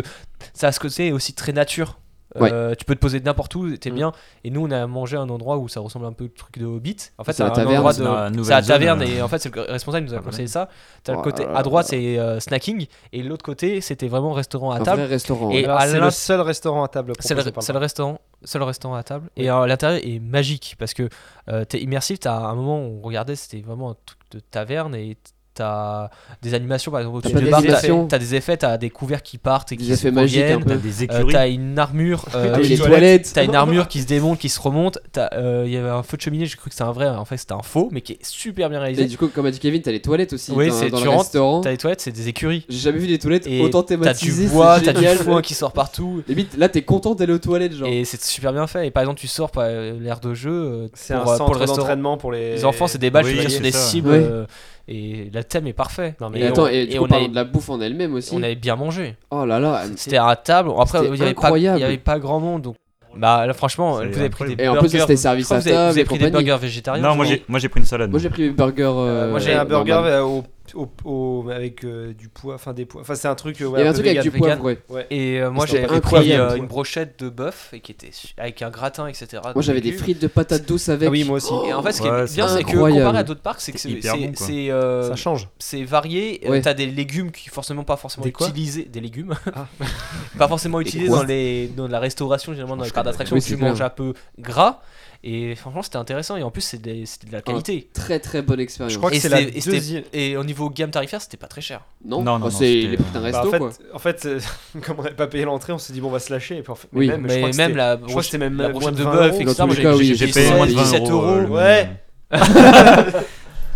ça a ce côté aussi très nature. Euh, tu peux te poser n'importe où, t'es
Mm.
bien. Et nous, on a mangé à un endroit où ça ressemble un peu au truc de Hobbit. En fait,
C'est la
un
taverne.
endroit
C'est
de-
la nouvelle
c'est la
zone,
taverne.
euh.
Et en fait, c'est le responsable qui nous a
Ah,
conseillé ça. T'as le
Oh
côté
là
à
là
droite,
là.
c'est euh, snacking. Et l'autre côté, c'était vraiment restaurant à
Un
table.
vrai restaurant.
Et
ouais.
Alors,
à
c'est
l'in-
le seul restaurant à table.
C'est le,
proposé par
c'est le restaurant, seul restaurant à table.
Oui.
Et euh, l'intérieur est magique parce que euh, t'es immersif. T'as un moment où on regardait, c'était vraiment un truc de taverne et t'as- t'as des animations, par exemple,
T'as
au-dessus
pas
du
des
bar, t'as
animations
t'as des effets, t'as des couverts qui partent et
Des
qui se
effets magiques,
reviennent,
un peu.
T'as des
euh,
écuries.
t'as une armure, euh,
Ah oui,
les
les
toilettes.
toilettes.
T'as une armure qui se démonte, qui se remonte. t'as, euh, Il y avait un feu de cheminée, j'ai cru que c'était un vrai. En fait, c'était un faux, mais qui est super bien
Et
réalisé.
du coup, comme a dit Kevin, t'as les toilettes aussi
Oui,
dans,
c'est-
dans
tu
le
rentres,
restaurant.
T'as les toilettes, c'est des écuries.
J'ai jamais vu des toilettes
Et
autant
T'as du
thématisées.
bois,
c'est
t'as du
génial.
foin qui sort partout.
Limite, là, t'es content d'aller aux toilettes, genre.
Et c'est super bien fait. Et par exemple, tu sors par euh, l'air de jeu euh,
C'est un
pour, euh,
centre
pour le restaurant.
d'entraînement pour les...
Les enfants, c'est des balles,
Oui,
tu tires
c'est
sur des
ça.
cibles.
Ouais.
euh, Et la thème est parfait.
Non, mais
Et
Et
attends,
on-
et du coup,
on
parlant
avait,
de la bouffe en elle-même aussi.
on avait bien mangé.
Oh là là.
C'était à la table. Après,
C'était
il y avait pas, il
incroyable.
y avait pas grand monde. Donc, bah là, franchement, vous
C'est
avez pris des
incroyable.
Et en plus,
burgers.
c'était
Je
servi
crois
à
que vous avez, vous
table
avez
et
pris des
compagnie.
burgers végétariens.
Non, moi
je
j'ai, moi j'ai pris une salade.
Moi, j'ai pris burger. euh,
moi,
Ah, J'ai un
normal.
burger euh, au, au- au- avec euh, du poids, enfin des poids. Enfin, c'est un truc. euh,
Il
ouais,
y avait un
peu
truc avec
vegan.
du
vegan.
poivre, ouais.
Et euh, moi
Ils sont
j'avais
pas
pris
incroyables,
euh,
toi.
une brochette de bœuf et qui était su- avec un gratin etc.
Moi, j'avais des
légumes.
frites de patates douces avec.
Ah oui, moi
Oh,
aussi.
Et en fait ce qui
Ouais,
est bien
c'est
c'est que
incroyable.
comparé à d'autres parcs c'est que
C'est
c'est
hyper
c'est-
bon, quoi.
c'est, euh,
Ça change.
c'est varié. Euh,
Ouais.
T'as des légumes qui forcément pas forcément
Des quoi
utilisés des légumes
Ah.
pas forcément utilisés
quoi
dans les dans la restauration généralement dans les parcs d'attraction
Oui,
où tu
c'est clair.
manges un peu gras et franchement c'était intéressant et en plus c'est des- c'est de la qualité.
Très très bonne expérience.
Je crois que
Et
c'est la
c'est- et c'était-
deuxième.
Et au niveau gamme tarifaire c'était pas très cher.
Non,
Non, non,
Oh,
non,
c'est
c'était-
les prix d'un
Bah,
resto,
en fait,
quoi.
en fait euh, comme on n'avait pas payé l'entrée, on s'est dit bon, on va se lâcher. Et puis, en fait, mais
Oui,
même, je crois
mais
que
même
c'était-
la
je crois que
brochette,
c'était même
la
euh,
brochette
moins
de
20
bœuf
euros.
etc.
Dans tous
moi,
les cas, oui,
J'ai
J'ai
payé moins de 20
17 euros.
le-
Ouais.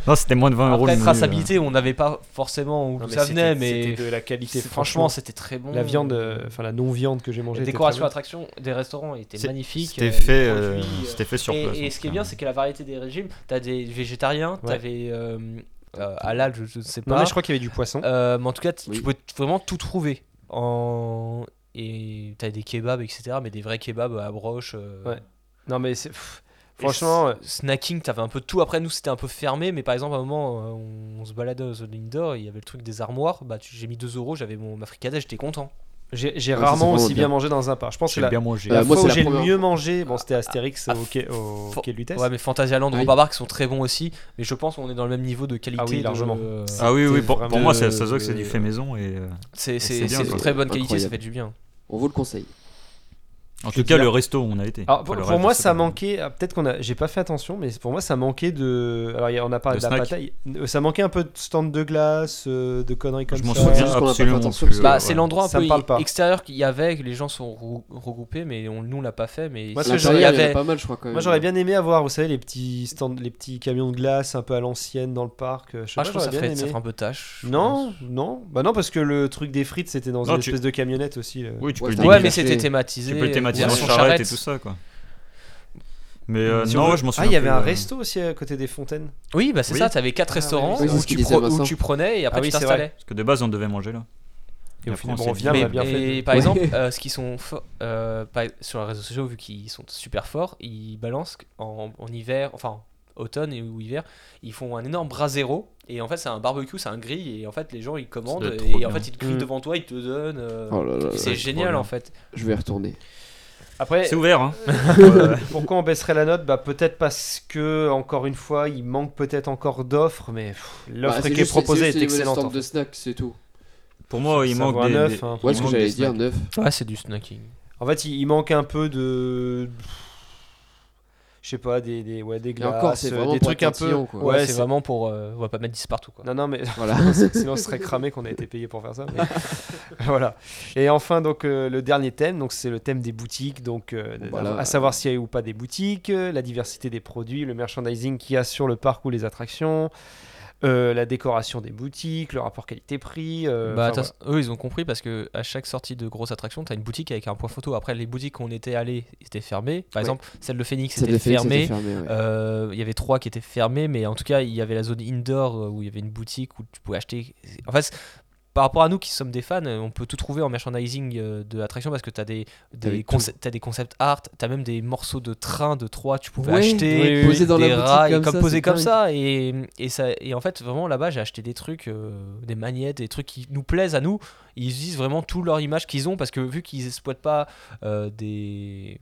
Non, c'était moins de 20 euros.
Après,
le menu, hein.
traçabilité, on n'avait pas forcément où
Non, mais
ça
c'était-
venait, mais
c'était de la
c'est-
qualité.
franchement, c'était très bon.
la viande, euh, enfin la non viande que j'ai mangée.
les
était
décorations
très
d'attraction des restaurants étaient
C'est-
magnifiques. euh,
C'était
les
fait, euh,
produits, euh,
c'était fait sur place.
et, et ce qui est bien, c'est que la variété des régimes, t'as des végétariens,
hein, Ouais.
t'avais euh, euh, halal, je, je ne sais
bonne. Non
pas.
mais je crois qu'il y avait du poisson.
Euh, mais en tout cas, t-
Oui.
tu peux t- vraiment tout trouver. En... Et t'as des kebabs, etc., mais des vrais kebabs à broche. euh,
Ouais. Non mais c'est- pff,
Et
franchement, euh,
s- snacking, t'avais un peu de tout. Après, nous, c'était un peu fermé, mais par exemple, à un moment, euh, on, on se baladait aux zones indoor, il y avait le truc des armoires. Bah, tu- j'ai mis 2 euros, j'avais mon ma fricadelle, j'étais content.
j'ai j'ai
Ouais, ça, c'est
rarement
vraiment
aussi bien.
bien.
mangé dans un parc. Je pense que la,
bien mangé.
la
Euh, moi,
fois
c'est
où
la
j'ai le
première
mieux mangé, bon c'était Astérix
Ah,
au quai au
fo-
quai de Lutèce.
Ouais, mais Fantasyland,
Oui.
Europa Park sont très bons aussi, mais je pense qu'on est dans le même niveau de qualité.
Ah oui,
de-
largement.
euh,
Ah oui, oui,
C'était
pour, pour
vraiment
moi, ça,
de-
ça se voit que c'est du
de-
fait maison. Et, euh,
c'est
c'est
c'est-
bien,
c'est de
quoi.
très bonne qualité, ça
Incroyable.
fait du bien.
On vous le conseille.
en
Je veux
tout cas,
dire-
le resto où on a été.
Alors,
Enfin,
pour,
le
pour
reste,
moi,
c'est
ça
pas-
manquait. ah, Peut-être qu'on a. J'ai pas fait attention, mais pour moi, ça manquait de. Alors, il y a- on a parlé
De
de, la
snack.
bataille. euh, Ça manquait un peu de stand de glace, euh, de conneries comme
Je m'en
ça.
C'est
souviens
juste qu'on a pas fait
absolument
attention,
plus.
parce que-
Bah,
ouais.
c'est l'endroit un
Ça me
peu
parle pas.
extérieur qu'il y avait, que les gens sont rou- regroupés, mais on, nous, on l'a pas fait. Mais
Moi,
À
ce que
il y
l'intérieur, il y en a
avait-
pas mal, je crois, quand même.
Moi, j'aurais bien aimé avoir, vous savez, les petits stands, les petits camions de glace un peu à l'ancienne dans le parc. euh, Je sais
Ah,
pas,
je pense
j'aurais
que ça
bien
ferait,
aimé.
ça ferait un peu tâche. je
Non, non, bah non parce que le truc des frites c'était dans
Non,
une
tu-
espèce de camionnette aussi. euh. là.
Oui, tu
Ouais,
peux le
c'est
pense. Ouais,
déguisé.
mais
déguiser.
c'était thématisé.
Tu peux le thématiser
ouais,
en
sur
charrette et
charrette.
tout ça, quoi. Mais euh,
Sur
non,
le-
ouais, je m'en
Ah,
souviens.
il y avait
plus,
un
euh,
resto aussi à côté des fontaines.
Oui, bah c'est
Oui.
ça, t'avais quatre
Ah,
restaurants
oui,
c'est
où,
ce qu'il
tu
disait,
pro-
Vincent.
où tu prenais et après
Ah oui,
tu
c'est vrai.
t'installais.
Parce que de base, on devait manger là.
Et au
après,
final,
on
bon,
s'est
au
dit,
final, on
Mais-
a bien
et
fait.
par
Ouais.
exemple, euh, ce qu'ils sont fo- euh, par- sur les réseaux sociaux, vu qu'ils sont super forts, ils balancent en, en hiver, enfin automne et ou hiver, ils font un énorme brasero et en fait c'est un barbecue, c'est un grill et en fait les gens ils commandent
doit être
et
trop
en
bien.
fait ils te grillent
Mm.
devant toi, ils te donnent. euh,
Oh là là,
et c'est
ouais, c'est trop
génial
bien.
en fait.
je vais y retourner.
Après,
C'est ouvert, hein.
Euh, pourquoi on baisserait la note bah, Peut-être parce que, encore une fois, il manque peut-être encore d'offres, mais pff, l'offre
Bah, c'est
qui est
juste-
proposée
c'est
est,
juste les
excellente. hein.
stands
en fait.
de snacks, c'est tout.
Pour moi, il
Ça
manque
vaut un
des.
neuf,
des-
hein.
il
Ouais, ce que
manque
j'allais
des
dire,
snacks.
neuf.
Ouais, c'est du snacking.
En fait, il, il manque un peu de. Je sais pas, des, des, ouais, des
Et encore,
glaces,
c'est
euh,
vraiment
des
pour
trucs
être
un peu.
tatillon, quoi.
Ouais,
Ouais,
c'est
c'est-
vraiment pour. euh, on va pas mettre 10 partout quoi.
Non, non, mais
Voilà.
sinon on serait cramé qu'on a été payé pour faire ça. mais- voilà. Et enfin, donc euh, le dernier thème, donc c'est le thème des boutiques, donc euh, de-
Voilà.
à savoir s'il y a eu ou pas des boutiques, euh, la diversité des produits, le merchandising qu'il y a sur le parc ou les attractions, euh, la décoration des boutiques, le rapport qualité-prix. euh,
Bah,
enfin,
t'as- Eux, ils ont compris parce que à chaque sortie de grosse attraction, t'as une boutique avec un point photo. Après, les boutiques où on était allé étaient fermées. Par
Ouais.
exemple, celle de Phoenix
Ça
était
devait faire-
fermée.
c'était fermé, ouais.
Euh, Il y avait trois qui étaient fermées, mais en tout cas, il y avait la zone indoor euh, où il y avait une boutique où tu pouvais acheter. En fait, c'est- par rapport à nous qui sommes des fans, euh, on peut tout trouver en merchandising euh, de attraction parce que t'as des, des,
T'avais
conce- t'as des concepts art, t'as même des morceaux de train de trois tu pouvais
Ouais,
acheter
oui, oui, oui. dans la
des
boutique
rails
comme
comme,
ça,
posés
c'est
comme
dingue.
ça et, et ça et en fait vraiment là-bas j'ai acheté des trucs euh, des magnettes des trucs qui nous plaisent à nous ils utilisent vraiment tout leur image qu'ils ont parce que vu qu'ils exploitent pas euh, des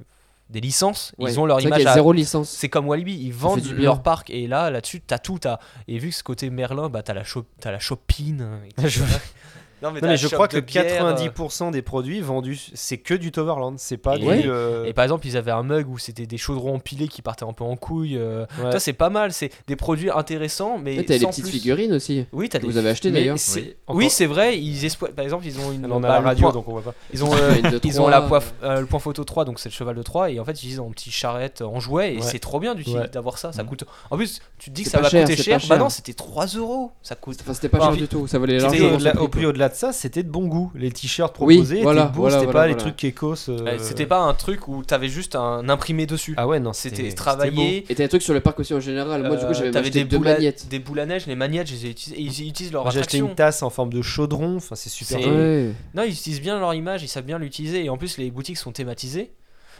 des licences
Ouais.
ils ont leur
C'est vrai qu'il
image
y a
à-
zéro licence.
c'est comme Walibi ils vendent
du bien.
leur parc et là là-dessus t'as tout t'as et vu que ce côté Merlin bah t'as la shop t'as la shopping etc. Non, mais,
Non,
t'as
mais je
shop
crois que
de bière, euh,
90% des produits vendus, c'est que du Toverland, c'est pas
Ouais.
du. euh,
Et par exemple, ils avaient un mug où c'était des chaudrons empilés qui partaient un peu en couille. euh,
ouais.
Ça, c'est pas mal. C'est des produits intéressants, mais.
Ouais, T'as les
sans
petites
plus.
figurines aussi.
Oui, t'as des.
Vous avez acheté
mais
d'ailleurs.
c'est-
Oui,
Oui,
encore.
c'est vrai. Ils exploitent. Par exemple, ils ont une.
Alors, on a
bah,
la
le
radio
point-
donc on voit pas.
Ils ont. euh,
Une de
Ils
trois,
ont la
euh,
poif- euh, le point photo 3, donc c'est le cheval de 3, et en fait ils ont un petit charrette euh, en jouet, et
Ouais.
c'est trop bien d'utiliser-
Ouais.
d'avoir ça. ça
Mhm.
coûte... En plus, tu te dis que
C'est
ça
pas
va
cher,
coûter
c'est
cher,
pas
bah
cher.
non, c'était 3 euros, ça coûte.
Enfin, c'était pas
Bah,
cher
puis-
du tout. Ça valait
C'était
Et
l'argent. dans
au-delà-
son
au
prix,
plus
quoi.
au-delà de ça, c'était de bon goût. Les t-shirts
Oui,
proposés étaient
voilà,
beaux,
voilà,
c'était pas
voilà,
les
voilà.
trucs écos. euh,
Ouais, C'était pas un truc où t'avais juste un imprimé dessus.
Ah ouais, non,
c'était travaillé.
Et t'as des trucs sur le parc aussi en général. Moi, du coup,
euh,
j'avais
t'avais
acheté
des,
deux
boules à-
magnettes.
des boules à neige, les magnettes, je les ai utilisées- et ils utilisent leur
Moi, J'ai acheté
attraction.
une tasse en forme de chaudron, enfin c'est super.
C'est-
joli.
Ouais.
Non, ils utilisent bien leur image, ils savent bien l'utiliser, et en plus les boutiques sont thématisées.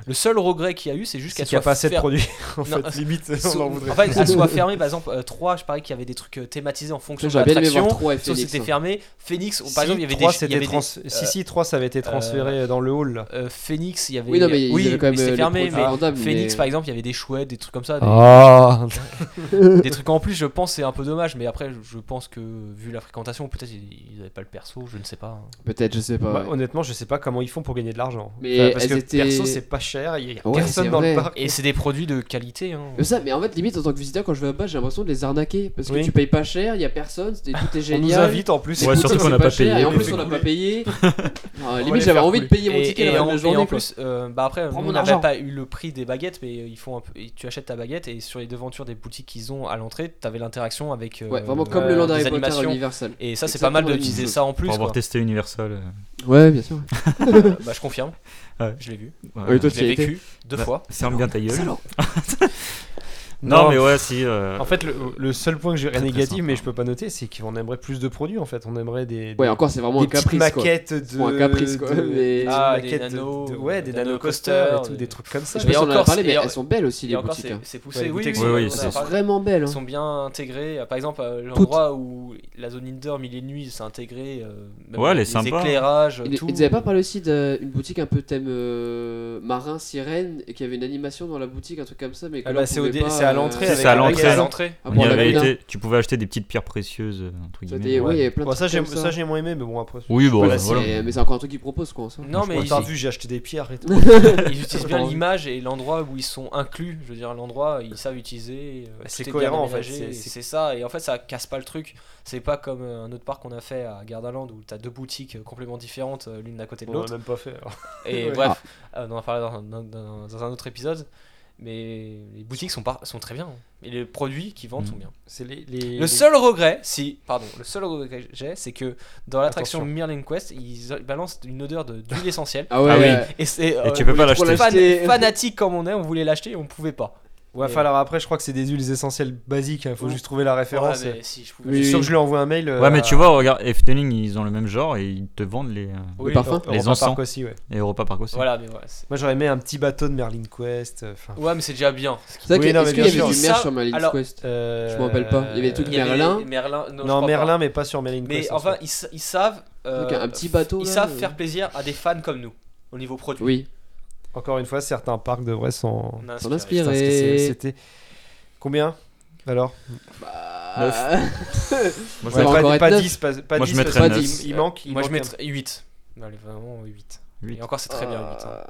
Le seul regret qu'il y a eu, c'est juste
C'est
qu'elles
qu'il n'y a
soient
pas assez de
fer-
produits. En
Non,
fait, limite,
Sauf-
on en voudrait.
en fait, elles soient fermées, par exemple, 3, je parlais qu'il y avait des trucs euh, thématisés en fonction de
J'aurais bien aimé voir hein.
l'attraction.
3 et
Sauf
Phoenix.
c'était fermé. Phoenix, par
Si,
exemple, il y avait
trois,
des.
c'était
il y avait des-
trans- Si, si, 3 ça avait été transféré dans le hall. là.
euh, Phoenix, il y avait.
Oui, non, mais il y avait quand même
mais c'était
euh, les
fermé.
produits
mais
vendables.
Phoenix,
mais-
par exemple, il y avait des chouettes, des trucs comme ça. Des,
Ah
des trucs en plus, je pense, c'est un peu dommage. Mais après, je- je pense que vu la fréquentation, peut-être ils n'avaient pas le perso, je ne sais pas. hein.
hein. Peut-être, je sais pas.
Bah,
ouais.
Honnêtement, je sais pas comment ils font pour gagner de l'argent.
Mais
parce
elles
que
étaient-
perso, c'est pas cher, il y a
Ouais,
personne
c'est
dans le
vrai.
parc.
Et c'est des produits de qualité. hein.
Mais ça, mais en fait, limite, en tant que visiteur, quand je vais là-bas, j'ai l'impression de les arnaquer. Parce que
Oui.
tu payes pas cher, il y a personne, c'était- tout est
On nous
génial.
invite en plus.
Les
Ouais,
boutiques,
surtout qu'on
c'est
n'a pas
cher,
payé,
Et en
on les
plus,
fait
on n'a pas
couler.
payé. Ah,
les
limite,
faire
j'avais envie de
couler.
payer mon
Et-
ticket
et,
la
en,
même
et
journée.
en
quoi.
plus, euh, bah après,
Prends
nous,
mon
on n'avait
argent.
pas eu le prix des baguettes, mais euh, ils font un peu- et tu achètes ta baguette et sur les devantures des boutiques qu'ils ont à l'entrée, t'avais l'interaction avec. euh,
Ouais, vraiment comme
euh,
le land
des
Harry Potter
animations.
Universal.
Et ça, c'est pas
Exactement la
mal
même
d'utiliser
chose.
ça en plus.
Pour avoir
quoi.
testé Universal. euh,
Ouais, bien sûr.
Euh, bah, je confirme.
Ouais.
Je l'ai vu.
voilà.
toi, Bah,
Je
tu
l'ai
y as été
vécu deux
Bah,
fois.
Ferme bien ta gueule.
Salaud.
Non, mais ouais, si. euh,
En fait, le, le seul point que j'irais
Très, très
négatif,
sympa.
mais je peux pas noter, c'est qu'on aimerait plus de produits en fait. On aimerait des,
Ouais, encore, c'est vraiment
des
un
petites
caprice. quoi.
maquettes de.
Pour un caprice, quoi,
de-
mais-
des
Ah,
maquettes
des
de-
nanos,
de- ouais, des
des
nanocoasters et
nanocoasters,
tout,
des-
des trucs comme ça.
Je sais pas
Et
si on en a
encore,
parlé,
c'est-
mais
et en-
elles sont belles aussi,
Et
les
encore,
boutiques.
c'est
hein.
c'est
Ouais,
poussé.
les
oui,
boutiques
oui,
sont-
oui,
oui,
on
c'est
en a
Elles sont
parlé.
vraiment belles.
Ils
hein.
sont bien intégrés. Euh, Par exemple, euh, l'endroit où la zone indoor, mille et nuit, c'est intégré. euh, même
Ouais, elle est
les
sympa. hein.
éclairages,
Ils
tout.
ils avaient pas parlé aussi d'une boutique un peu thème euh, marin, sirène, et qu'il y avait une animation dans la boutique, un truc comme ça, mais que
Ah
là,
bah,
on
c'est au
pouvait
dé-
pas,
c'est à
euh,
l'entrée
C'est
avec
à
la
l'entrée,
C'est à
magasin.
alors.
l'entrée.
Ah,
on
bon,
y
la
avait
Laguna.
été- tu pouvais acheter des petites pierres précieuses, euh, entre
Ça,
guillemets.
t'es- ouais, il y avait plein de
Bon, ça,
trucs
j'ai
comme
ça, j'ai moins aimé, mais bon, après.
Oui, bon,
Voilà,
bah, voilà.
C'est- Mais c'est encore un truc qu'ils proposent, quoi. en soi.
Non, mais
crois que
ils,
T'as vu, j'ai acheté des pierres et tout.
ils utilisent bien l'image et l'endroit où ils sont inclus. Je veux dire, l'endroit, ils savent utiliser. euh,
C'est
tout est
cohérent,
bien
en fait,
aménagé,
c'est-
et
c'est-
C'est ça. Et en fait, ça casse pas le truc. C'est pas comme euh, un autre parc qu'on a fait à Gardaland où t'as deux boutiques euh, complètement différentes, euh, l'une à côté de
On
l'autre.
l'a même pas fait. alors.
Et
Ouais.
bref, euh, on en parlera dans, dans- dans- dans un autre épisode. Mais les boutiques sont, par- sont très bien. Et les produits qu'ils vendent
Mm.
sont bien.
C'est les- les-
Le
les-
seul regret, si, pardon, le seul regret que j'ai, c'est que dans l'attraction
Attention.
Merlin Quest, ils balancent une odeur de- d'huile essentielle.
Ah ouais,
Ah oui.
euh,
Et c'est
Et
euh,
tu peux pas
oui, pour
l'acheter.
la- l'acheter.
fan- fanatique comme on est, on voulait l'acheter et on pouvait pas.
Ouais, enfin, alors après, je crois que c'est des huiles essentielles basiques, il faut
Ouais.
juste trouver la référence.
Ouais,
et-
mais si, je pouvais.
Je suis
Oui,
sûr
oui.
que je lui envoie un mail. euh,
Ouais, mais
à-
tu vois, regarde, Efteling, ils ont le même genre et ils te vendent les. euh,
Le parfum
Europa
Les
Park
encens.
aussi, ouais.
Et Europa Park aussi.
Voilà, mais voilà. c'est-
Moi, j'aurais aimé un petit bateau de Merlin Quest. euh, enfin,
Ouais, mais c'est déjà bien.
C'est vrai
Oui,
que-
non,
est-ce
mais
qu'il y
bien
avait
sûr.
du merch
Ça,
sur Merlin's
alors-
Quest
euh,
Je m'en rappelle pas. Il y avait des trucs
Il y avait
Merlin.
Merlin, non, je
Non,
crois pas.
Merlin, mais pas sur Merlin Quest.
Mais
en
enfin,
fait.
ils, sa- ils savent. euh,
Donc, un petit bateau,
Ils
là,
savent
euh.
faire plaisir à des fans comme nous au niveau produit.
Oui.
encore une fois, certains parcs devraient s'en.
On a
S'en
inspiré. Euh,
inspire.
Putain, ce que
Piré.
c'est- C'était. Combien Alors
Bah...
Ah.
Moi, je
Ouais,
mettrais
encore
Pas,
être
pas
neuf.
10, pas, pas
Moi, je
10,
mettrais
parce
neuf.
qu'il- Il manque. il
Moi, je
manque un-
mettrais 8. Allez, vraiment 8.
Huit.
Et encore, c'est très bien 8.
Ah.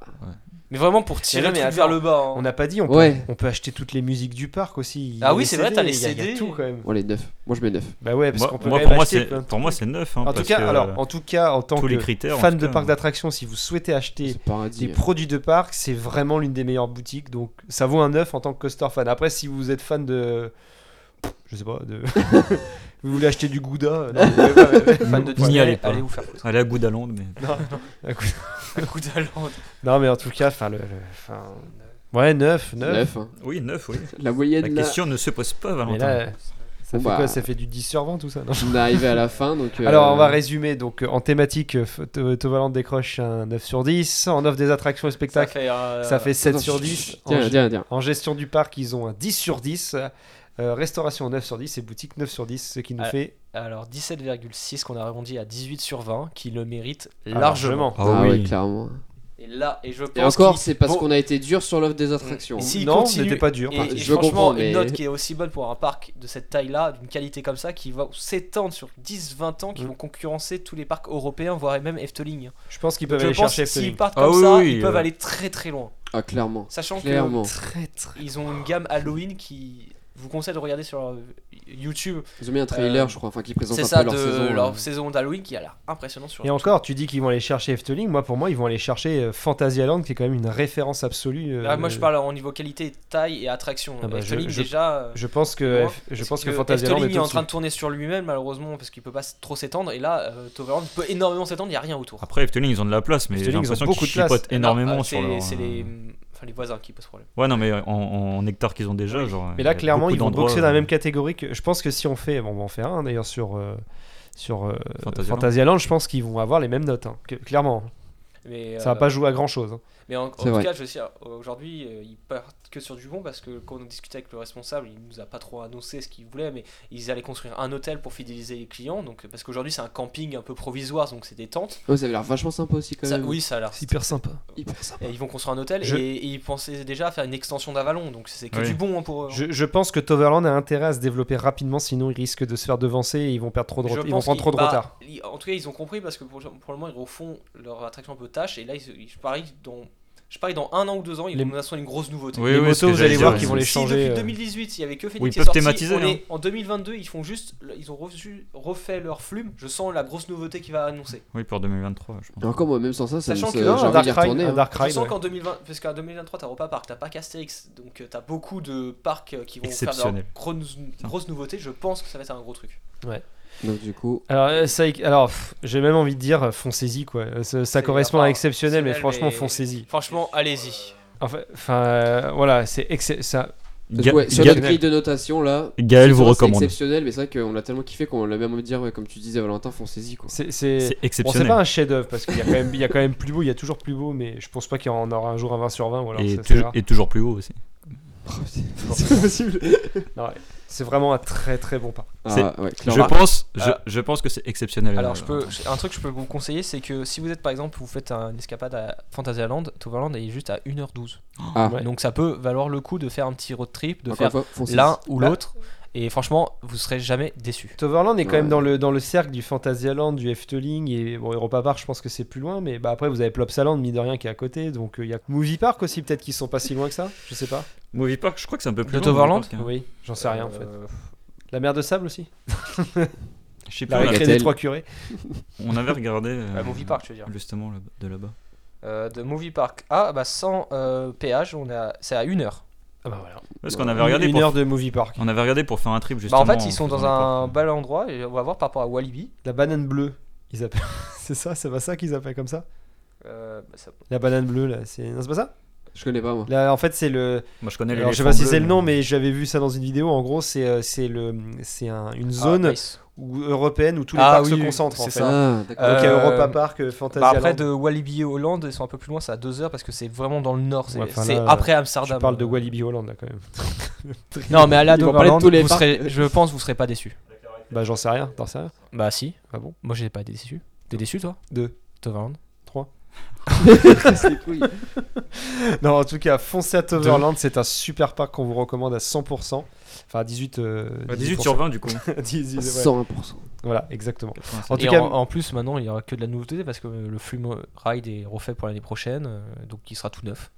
Mais vraiment pour tirer
non,
le
mais
truc
attends,
vers le bas. hein.
On n'a pas dit, on peut,
Ouais.
on peut acheter toutes les musiques du parc aussi. Il y
Ah
a
oui,
les
c'est vrai, t'as les
il y a- il y a
CD.
tout, quand même.
On les 9. Moi, je mets 9.
Bah ouais, parce
Moi,
qu'on peut
moi,
quand
pour,
même
moi,
acheter
c'est,
plein de
pour moi,
trucs.
c'est neuf. hein,
En tout
parce
cas,
que,
alors, en tout cas, en tant
tous les
que
critères. en
fan
tout
de
cas, hein.
parc d'attractions, si vous souhaitez acheter
C'est paradis.
des produits de parc, c'est vraiment l'une des meilleures boutiques. Donc, ça vaut un 9 en tant que coaster fan. Après, si vous êtes fan de. Je sais pas, de. vous voulez acheter du Gouda euh, non, vous pouvez pas, mais-
Fan de
N'y
Disney,
allez pas.
Allez vous faire foutre.
Allez à Goudalande, mais.
Un coup-
Un coup d'allant.
Non, mais en tout cas, enfin, le. le- enfin, Ouais, 9, 9.
9. hein.
Oui, neuf, oui.
La
La
moyenne, là.
question ne se pose pas,
Mais
Valentin.
là, ça fait
Bon, bah.
quoi Ça fait du 10 sur 20 tout ça non
On est arrivé à la fin, donc... euh,
Alors, on va résumer. Donc, euh, en thématique, euh, F- To- Toverland décroche un 9 sur 10. En offre des attractions et
Ça
spectacles,
fait. euh,
ça fait 7
Attends,
sur Oh,
chut,
10.
chut,
En,
Tiens,
ge-
tiens, tiens.
en gestion du parc, ils ont un 10 sur 10. Euh, restauration 9 sur 10 et boutique 9 sur 10, ce qui nous
Ah,
fait
Alors 17,6 qu'on a arrondi à 18 sur 20 qui le mérite
ah,
largement.
Ah
Oh,
ouais,
oui.
clairement.
Et là, et je pense
Et encore,
qu'il-
c'est parce
bon,
qu'on a été dur sur l'offre des attractions.
Et s'il
non,
continue-
c'était pas dur.
Et,
par
et
je
franchement,
comprends, mais-
une note qui est aussi bonne pour un parc de cette taille-là, d'une qualité comme ça, qui va s'étendre sur 10-20 ans, qui
Mm.
vont concurrencer tous les parcs européens, voire même Efteling.
Je pense qu'ils peuvent
je
aller
pense
chercher
que
Efteling.
s'ils partent
Ah
comme
oui,
ça,
oui,
ils peuvent
euh.
aller très très loin.
Ah, clairement.
Sachant
Clairement.
Très très.
que ils ont une gamme Halloween qui vous conseille de regarder sur euh, YouTube.
Ils ont mis un trailer,
Euh,
je crois, enfin, qui présente un
C'est
peu
ça, de
leur saison. euh.
d'Halloween qui a l'air impressionnant sur
Et encore, tu dis qu'ils vont aller chercher Efteling. Moi, pour moi, ils vont aller chercher euh, Fantasyland, qui est quand même une référence absolue. euh,
Ah, moi je parle en niveau qualité, taille et attraction.
Ah bah, je-
Efteling
je-
déjà. euh,
Je pense que,
Moi,
F- je
parce
pense que, Fantasyland
Efteling
est
est en
au-dessus.
train de tourner sur lui-même malheureusement parce qu'il peut pas s- trop s'étendre et là euh, Toverland peut énormément s'étendre, il y a rien
Ah,
autour.
Après, Efteling, ils ont de la place, mais j'ai
Efteling, ils ont
l'impression
beaucoup
qu'ils
de place. ah,
chipotent énormément
Non, euh,
sur
c'est-
leur.
c'est les enfin les voisins qui posent problème.
Ouais, non, mais en, en hectares qu'ils ont déjà,
Oui.
genre.
Mais
il y
là,
a
clairement,
beaucoup
ils vont
d'endroits,
boxer dans la
euh,
même catégorie que. Je pense que si on fait, bon, on va en faire un d'ailleurs sur euh, sur euh,
Fantasyland.
Fantasyland, je pense qu'ils vont avoir les mêmes notes. hein, que- clairement,
Mais
ça va
euh,
pas jouer à hein. grand chose.
Mais en, en
C'est
tout
vrai.
cas, je sais, euh, aujourd'hui, euh, ils partent que sur du bon parce que quand on discutait avec le responsable, il nous a pas trop annoncé ce qu'il voulait, mais ils allaient construire un hôtel pour fidéliser les clients. Donc, parce qu'aujourd'hui, c'est un camping un peu provisoire, donc c'est des tentes.
Ouais, ça avait l'air vachement sympa aussi, quand
Ça-
même.
oui, ça a l'air.
C'est hyper sympa.
Hyper sympa.
Et ils vont construire un hôtel
Je-
et, et ils pensaient déjà à faire une extension d'Avalon, donc c'est que
Oui.
du bon hein, pour eux.
Je, je pense que Toverland a intérêt à se développer rapidement, sinon ils risquent de se faire devancer et ils vont perdre trop de
Je
retard. Ils vont
pense
prendre trop de
qu'ils- bah,
retard.
ils- En tout cas, ils ont compris parce que pour, pour le moment, ils refont leur attraction un peu tâche. Et là, ils, ils- je, parie dans, je parie dans un an ou deux ans, ils
Les-
vont nous annoncer une grosse nouveauté.
Oui,
les
oui, ce
motos,
que
vous
j'allais
allez
dire,
voir qu'ils
ils
vont les
Si
changer.
depuis
euh,
2018, il y avait que Phoenix
ils
qui est
peuvent
sorti,
thématiser,
on
hein.
est en 2022, ils font juste, ils ont reçu, refait leur flume. Je sens la grosse nouveauté qui va annoncer.
Oui, pour 2023, je
Et
pense.
encore, moi, même sans ça, ça
Sachant
ça-
que-
j'ai
non, un
envie
Dark
d'y
Ride,
retourner.
un
hein.
Dark
je
Ride,
sens
ouais.
qu'en 2020, parce qu'en 2023, t'as Europa Park, t'as pas Casterix, donc euh, t'as beaucoup de parcs euh, qui vont faire leur
Exceptionnel.
grosse, grosse nouveauté. Je pense que ça va être un gros truc.
Donc, du coup,
Alors, euh, ça- alors, pff, j'ai même envie de dire, euh, foncez-y quoi. Euh, Ça, ça
C'est
correspond à
pas
exceptionnel, mais
exceptionnel,
franchement,
mais-
foncez-y.
Franchement, allez-y.
Enfin, enfin, euh, voilà, c'est excep- ça.
Ga-
ouais, sur
Ga-
notre grille de notation, là.
Gaël vous
c'est
recommande.
exceptionnel, mais c'est vrai qu'on l'a tellement kiffé qu'on l'a même envie de dire, ouais, comme tu disais, Valentin, foncez-y, quoi.
C'est, c'est-
C'est
Bon, c'est pas
exceptionnel.
un chef-d'œuvre parce qu'il y a quand même, il y a quand même plus beau, il y a toujours plus beau, mais je pense pas qu'il y en aura un jour un 20 sur 20. Voilà,
Et
ça,
tou-
c'est, rare.
et toujours plus haut aussi.
c'est pas possible.
C'est vraiment un très très bon pas.
Ah,
C'est-
ouais,
Je
clairement.
pense, je,
euh,
je pense que c'est exceptionnel.
Alors,
euh,
je peux, un truc que je peux vous conseiller, c'est que si vous êtes par exemple, vous faites un- une escapade à Fantasyland, Toverland est juste à 1h12.
Ah.
Ouais.
Donc ça peut valoir le coup de faire un petit road trip, de
Encore
faire
une fois, foncez-y.
l'un ou
Bah.
l'autre. Et franchement, vous serez jamais déçu.
Toverland est quand
Ouais.
même dans le, dans le cercle du Fantasyland, du Efteling et bon, Europa Park, je pense que c'est plus loin, mais bah, après vous avez Plopsaland, mine de rien, qui est à côté, donc euh, il y a Movie Park aussi, peut-être qu'ils sont pas si loin que ça, je sais pas.
Movie Park, je crois que Euh, c'est un peu plus.
Le
long, Movie
Toverland
Park, hein.
Oui, j'en sais rien en fait. La mer de sable aussi
Je sais
La
plus.
Regatelle.
récré des trois curés
On avait regardé. euh,
À Movie Park, je veux dire.
Justement, là- de là-bas.
Euh, de Movie Park à bah, sans euh, péage, on a, c'est à 1 heure.
Ah bah voilà.
Parce
Ouais.
qu'on avait regardé.
Une
Pour...
heure de Movie Park.
On avait regardé pour faire un trip
Bah,
justement.
en fait, ils sont dans un
faisant le parc.
bel endroit et on va voir par rapport à Walibi.
La banane bleue, ils appellent. c'est ça, c'est pas ça qu'ils appellent comme ça
Euh, bah, ça-
La banane bleue là, c'est. Non, c'est pas ça
Je connais pas, moi.
Là, en fait, c'est le.
Moi, je connais.
Alors, je sais pas si c'est le nom, mais j'avais vu ça dans une vidéo. En gros, c'est euh, c'est le c'est un- une zone
Ah, nice.
où- européenne où tous les
Ah
parcs
oui,
se
oui,
concentrent. en
c'est
fait.
ça.
Ah, d'accord.
Donc il y a
Euh,
Europa Park, euh,
Bah,
Fantasyland.
après de Walibi et Hollande, ils sont un peu plus loin, c'est à 2 heures parce que c'est vraiment dans le nord. C'est
Ouais, enfin,
c'est
là,
après Amsterdam. Euh,
je parle de Walibi Hollande là quand même.
Non, mais à la
Ils vont parler de
Toverland,
tous les
vous
parcs.
serez- je pense que vous serez pas déçu.
Bah j'en sais rien, t'en sais rien.
Bah si,
Ah bon
moi j'ai pas été déçu. T'es déçu toi
Deux,
Toverland
trois.
C'est les couilles.
Non, en tout cas, foncez à Toverland, c'est un super parc qu'on vous recommande à 100%. Enfin, à 18. euh,
18 sur 20 du coup.
18, ouais.
101%.
Voilà, exactement. En
Enfin,
Et
tout cas,
en, en plus, maintenant, il y aura que de la nouveauté parce que euh, le Flume Ride est refait pour l'année prochaine, euh, donc il sera tout neuf.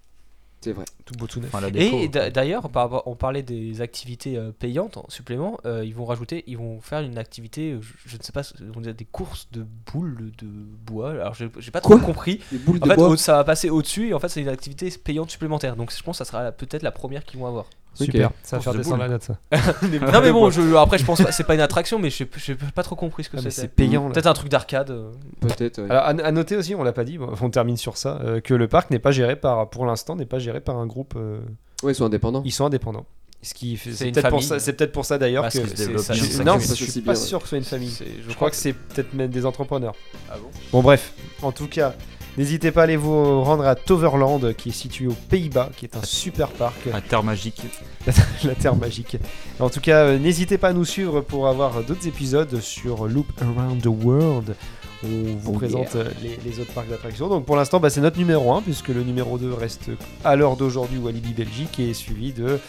C'est vrai.
tout beau tout neuf.
la déco.
Et d'a- d'ailleurs, par rapport- on parlait des activités euh, payantes en supplément, euh, ils vont rajouter, ils vont faire une activité, euh, je, je ne sais pas, on dirait des courses de boules de bois. Alors, j'ai j'ai pas trop
Quoi
compris.
Les boules
En
de
fait,
bois.
au- ça va passer au-dessus et en fait, c'est une activité payante supplémentaire. Donc, je pense que ça sera la- peut-être la première qu'ils vont avoir.
Ok.
Super, ça va
Course
faire
de
descendre
boules.
la note ça.
non, mais bon, je- après, je pense pas, c'est pas une attraction, mais j'ai j'ai pas trop compris ce que
Ah, mais c'est
c'était.
payant là.
Peut-être un truc d'arcade. euh.
Peut-être. ouais.
Alors, à, à noter aussi, on l'a pas dit, bon, on termine sur ça, euh, que le parc n'est pas géré par, pour l'instant, n'est pas géré par un groupe. euh,
Ouais, ils sont indépendants.
Ils sont indépendants. Ce qui, fait- c'est
une
peut-être pour
famille.
ça, c'est peut-être pour ça d'ailleurs
Bah,
que.
c'est- c'est- ça-
Je-
c'est-
non,
c'est-
je
c'est-
suis
c'est
pas
bien, ouais.
sûr que ce soit une famille.
C'est-
Je crois que euh, c'est peut-être même des entrepreneurs.
Ah bon
Bon bref, en tout cas, n'hésitez pas à aller vous rendre à Toverland, qui est situé aux Pays-Bas, qui est un super parc,
À terre magique.
la Terre magique. En tout cas, euh, n'hésitez pas à nous suivre pour avoir d'autres épisodes sur Loop Around the World. on vous
Oh
présente euh, les, les autres parcs d'attractions. Donc pour l'instant, bah, c'est notre numéro 1, puisque le numéro 2 reste à l'heure d'aujourd'hui Walibi Belgique et est suivi de,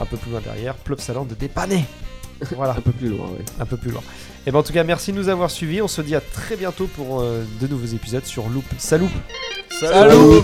un peu plus loin derrière, Plopsaland de Dépanné. Voilà,
Un peu plus loin, ouais.
un peu plus loin. Et ben en tout cas, merci de nous avoir suivis. On se dit à très bientôt pour euh, de nouveaux épisodes sur Loop. Salut
Salut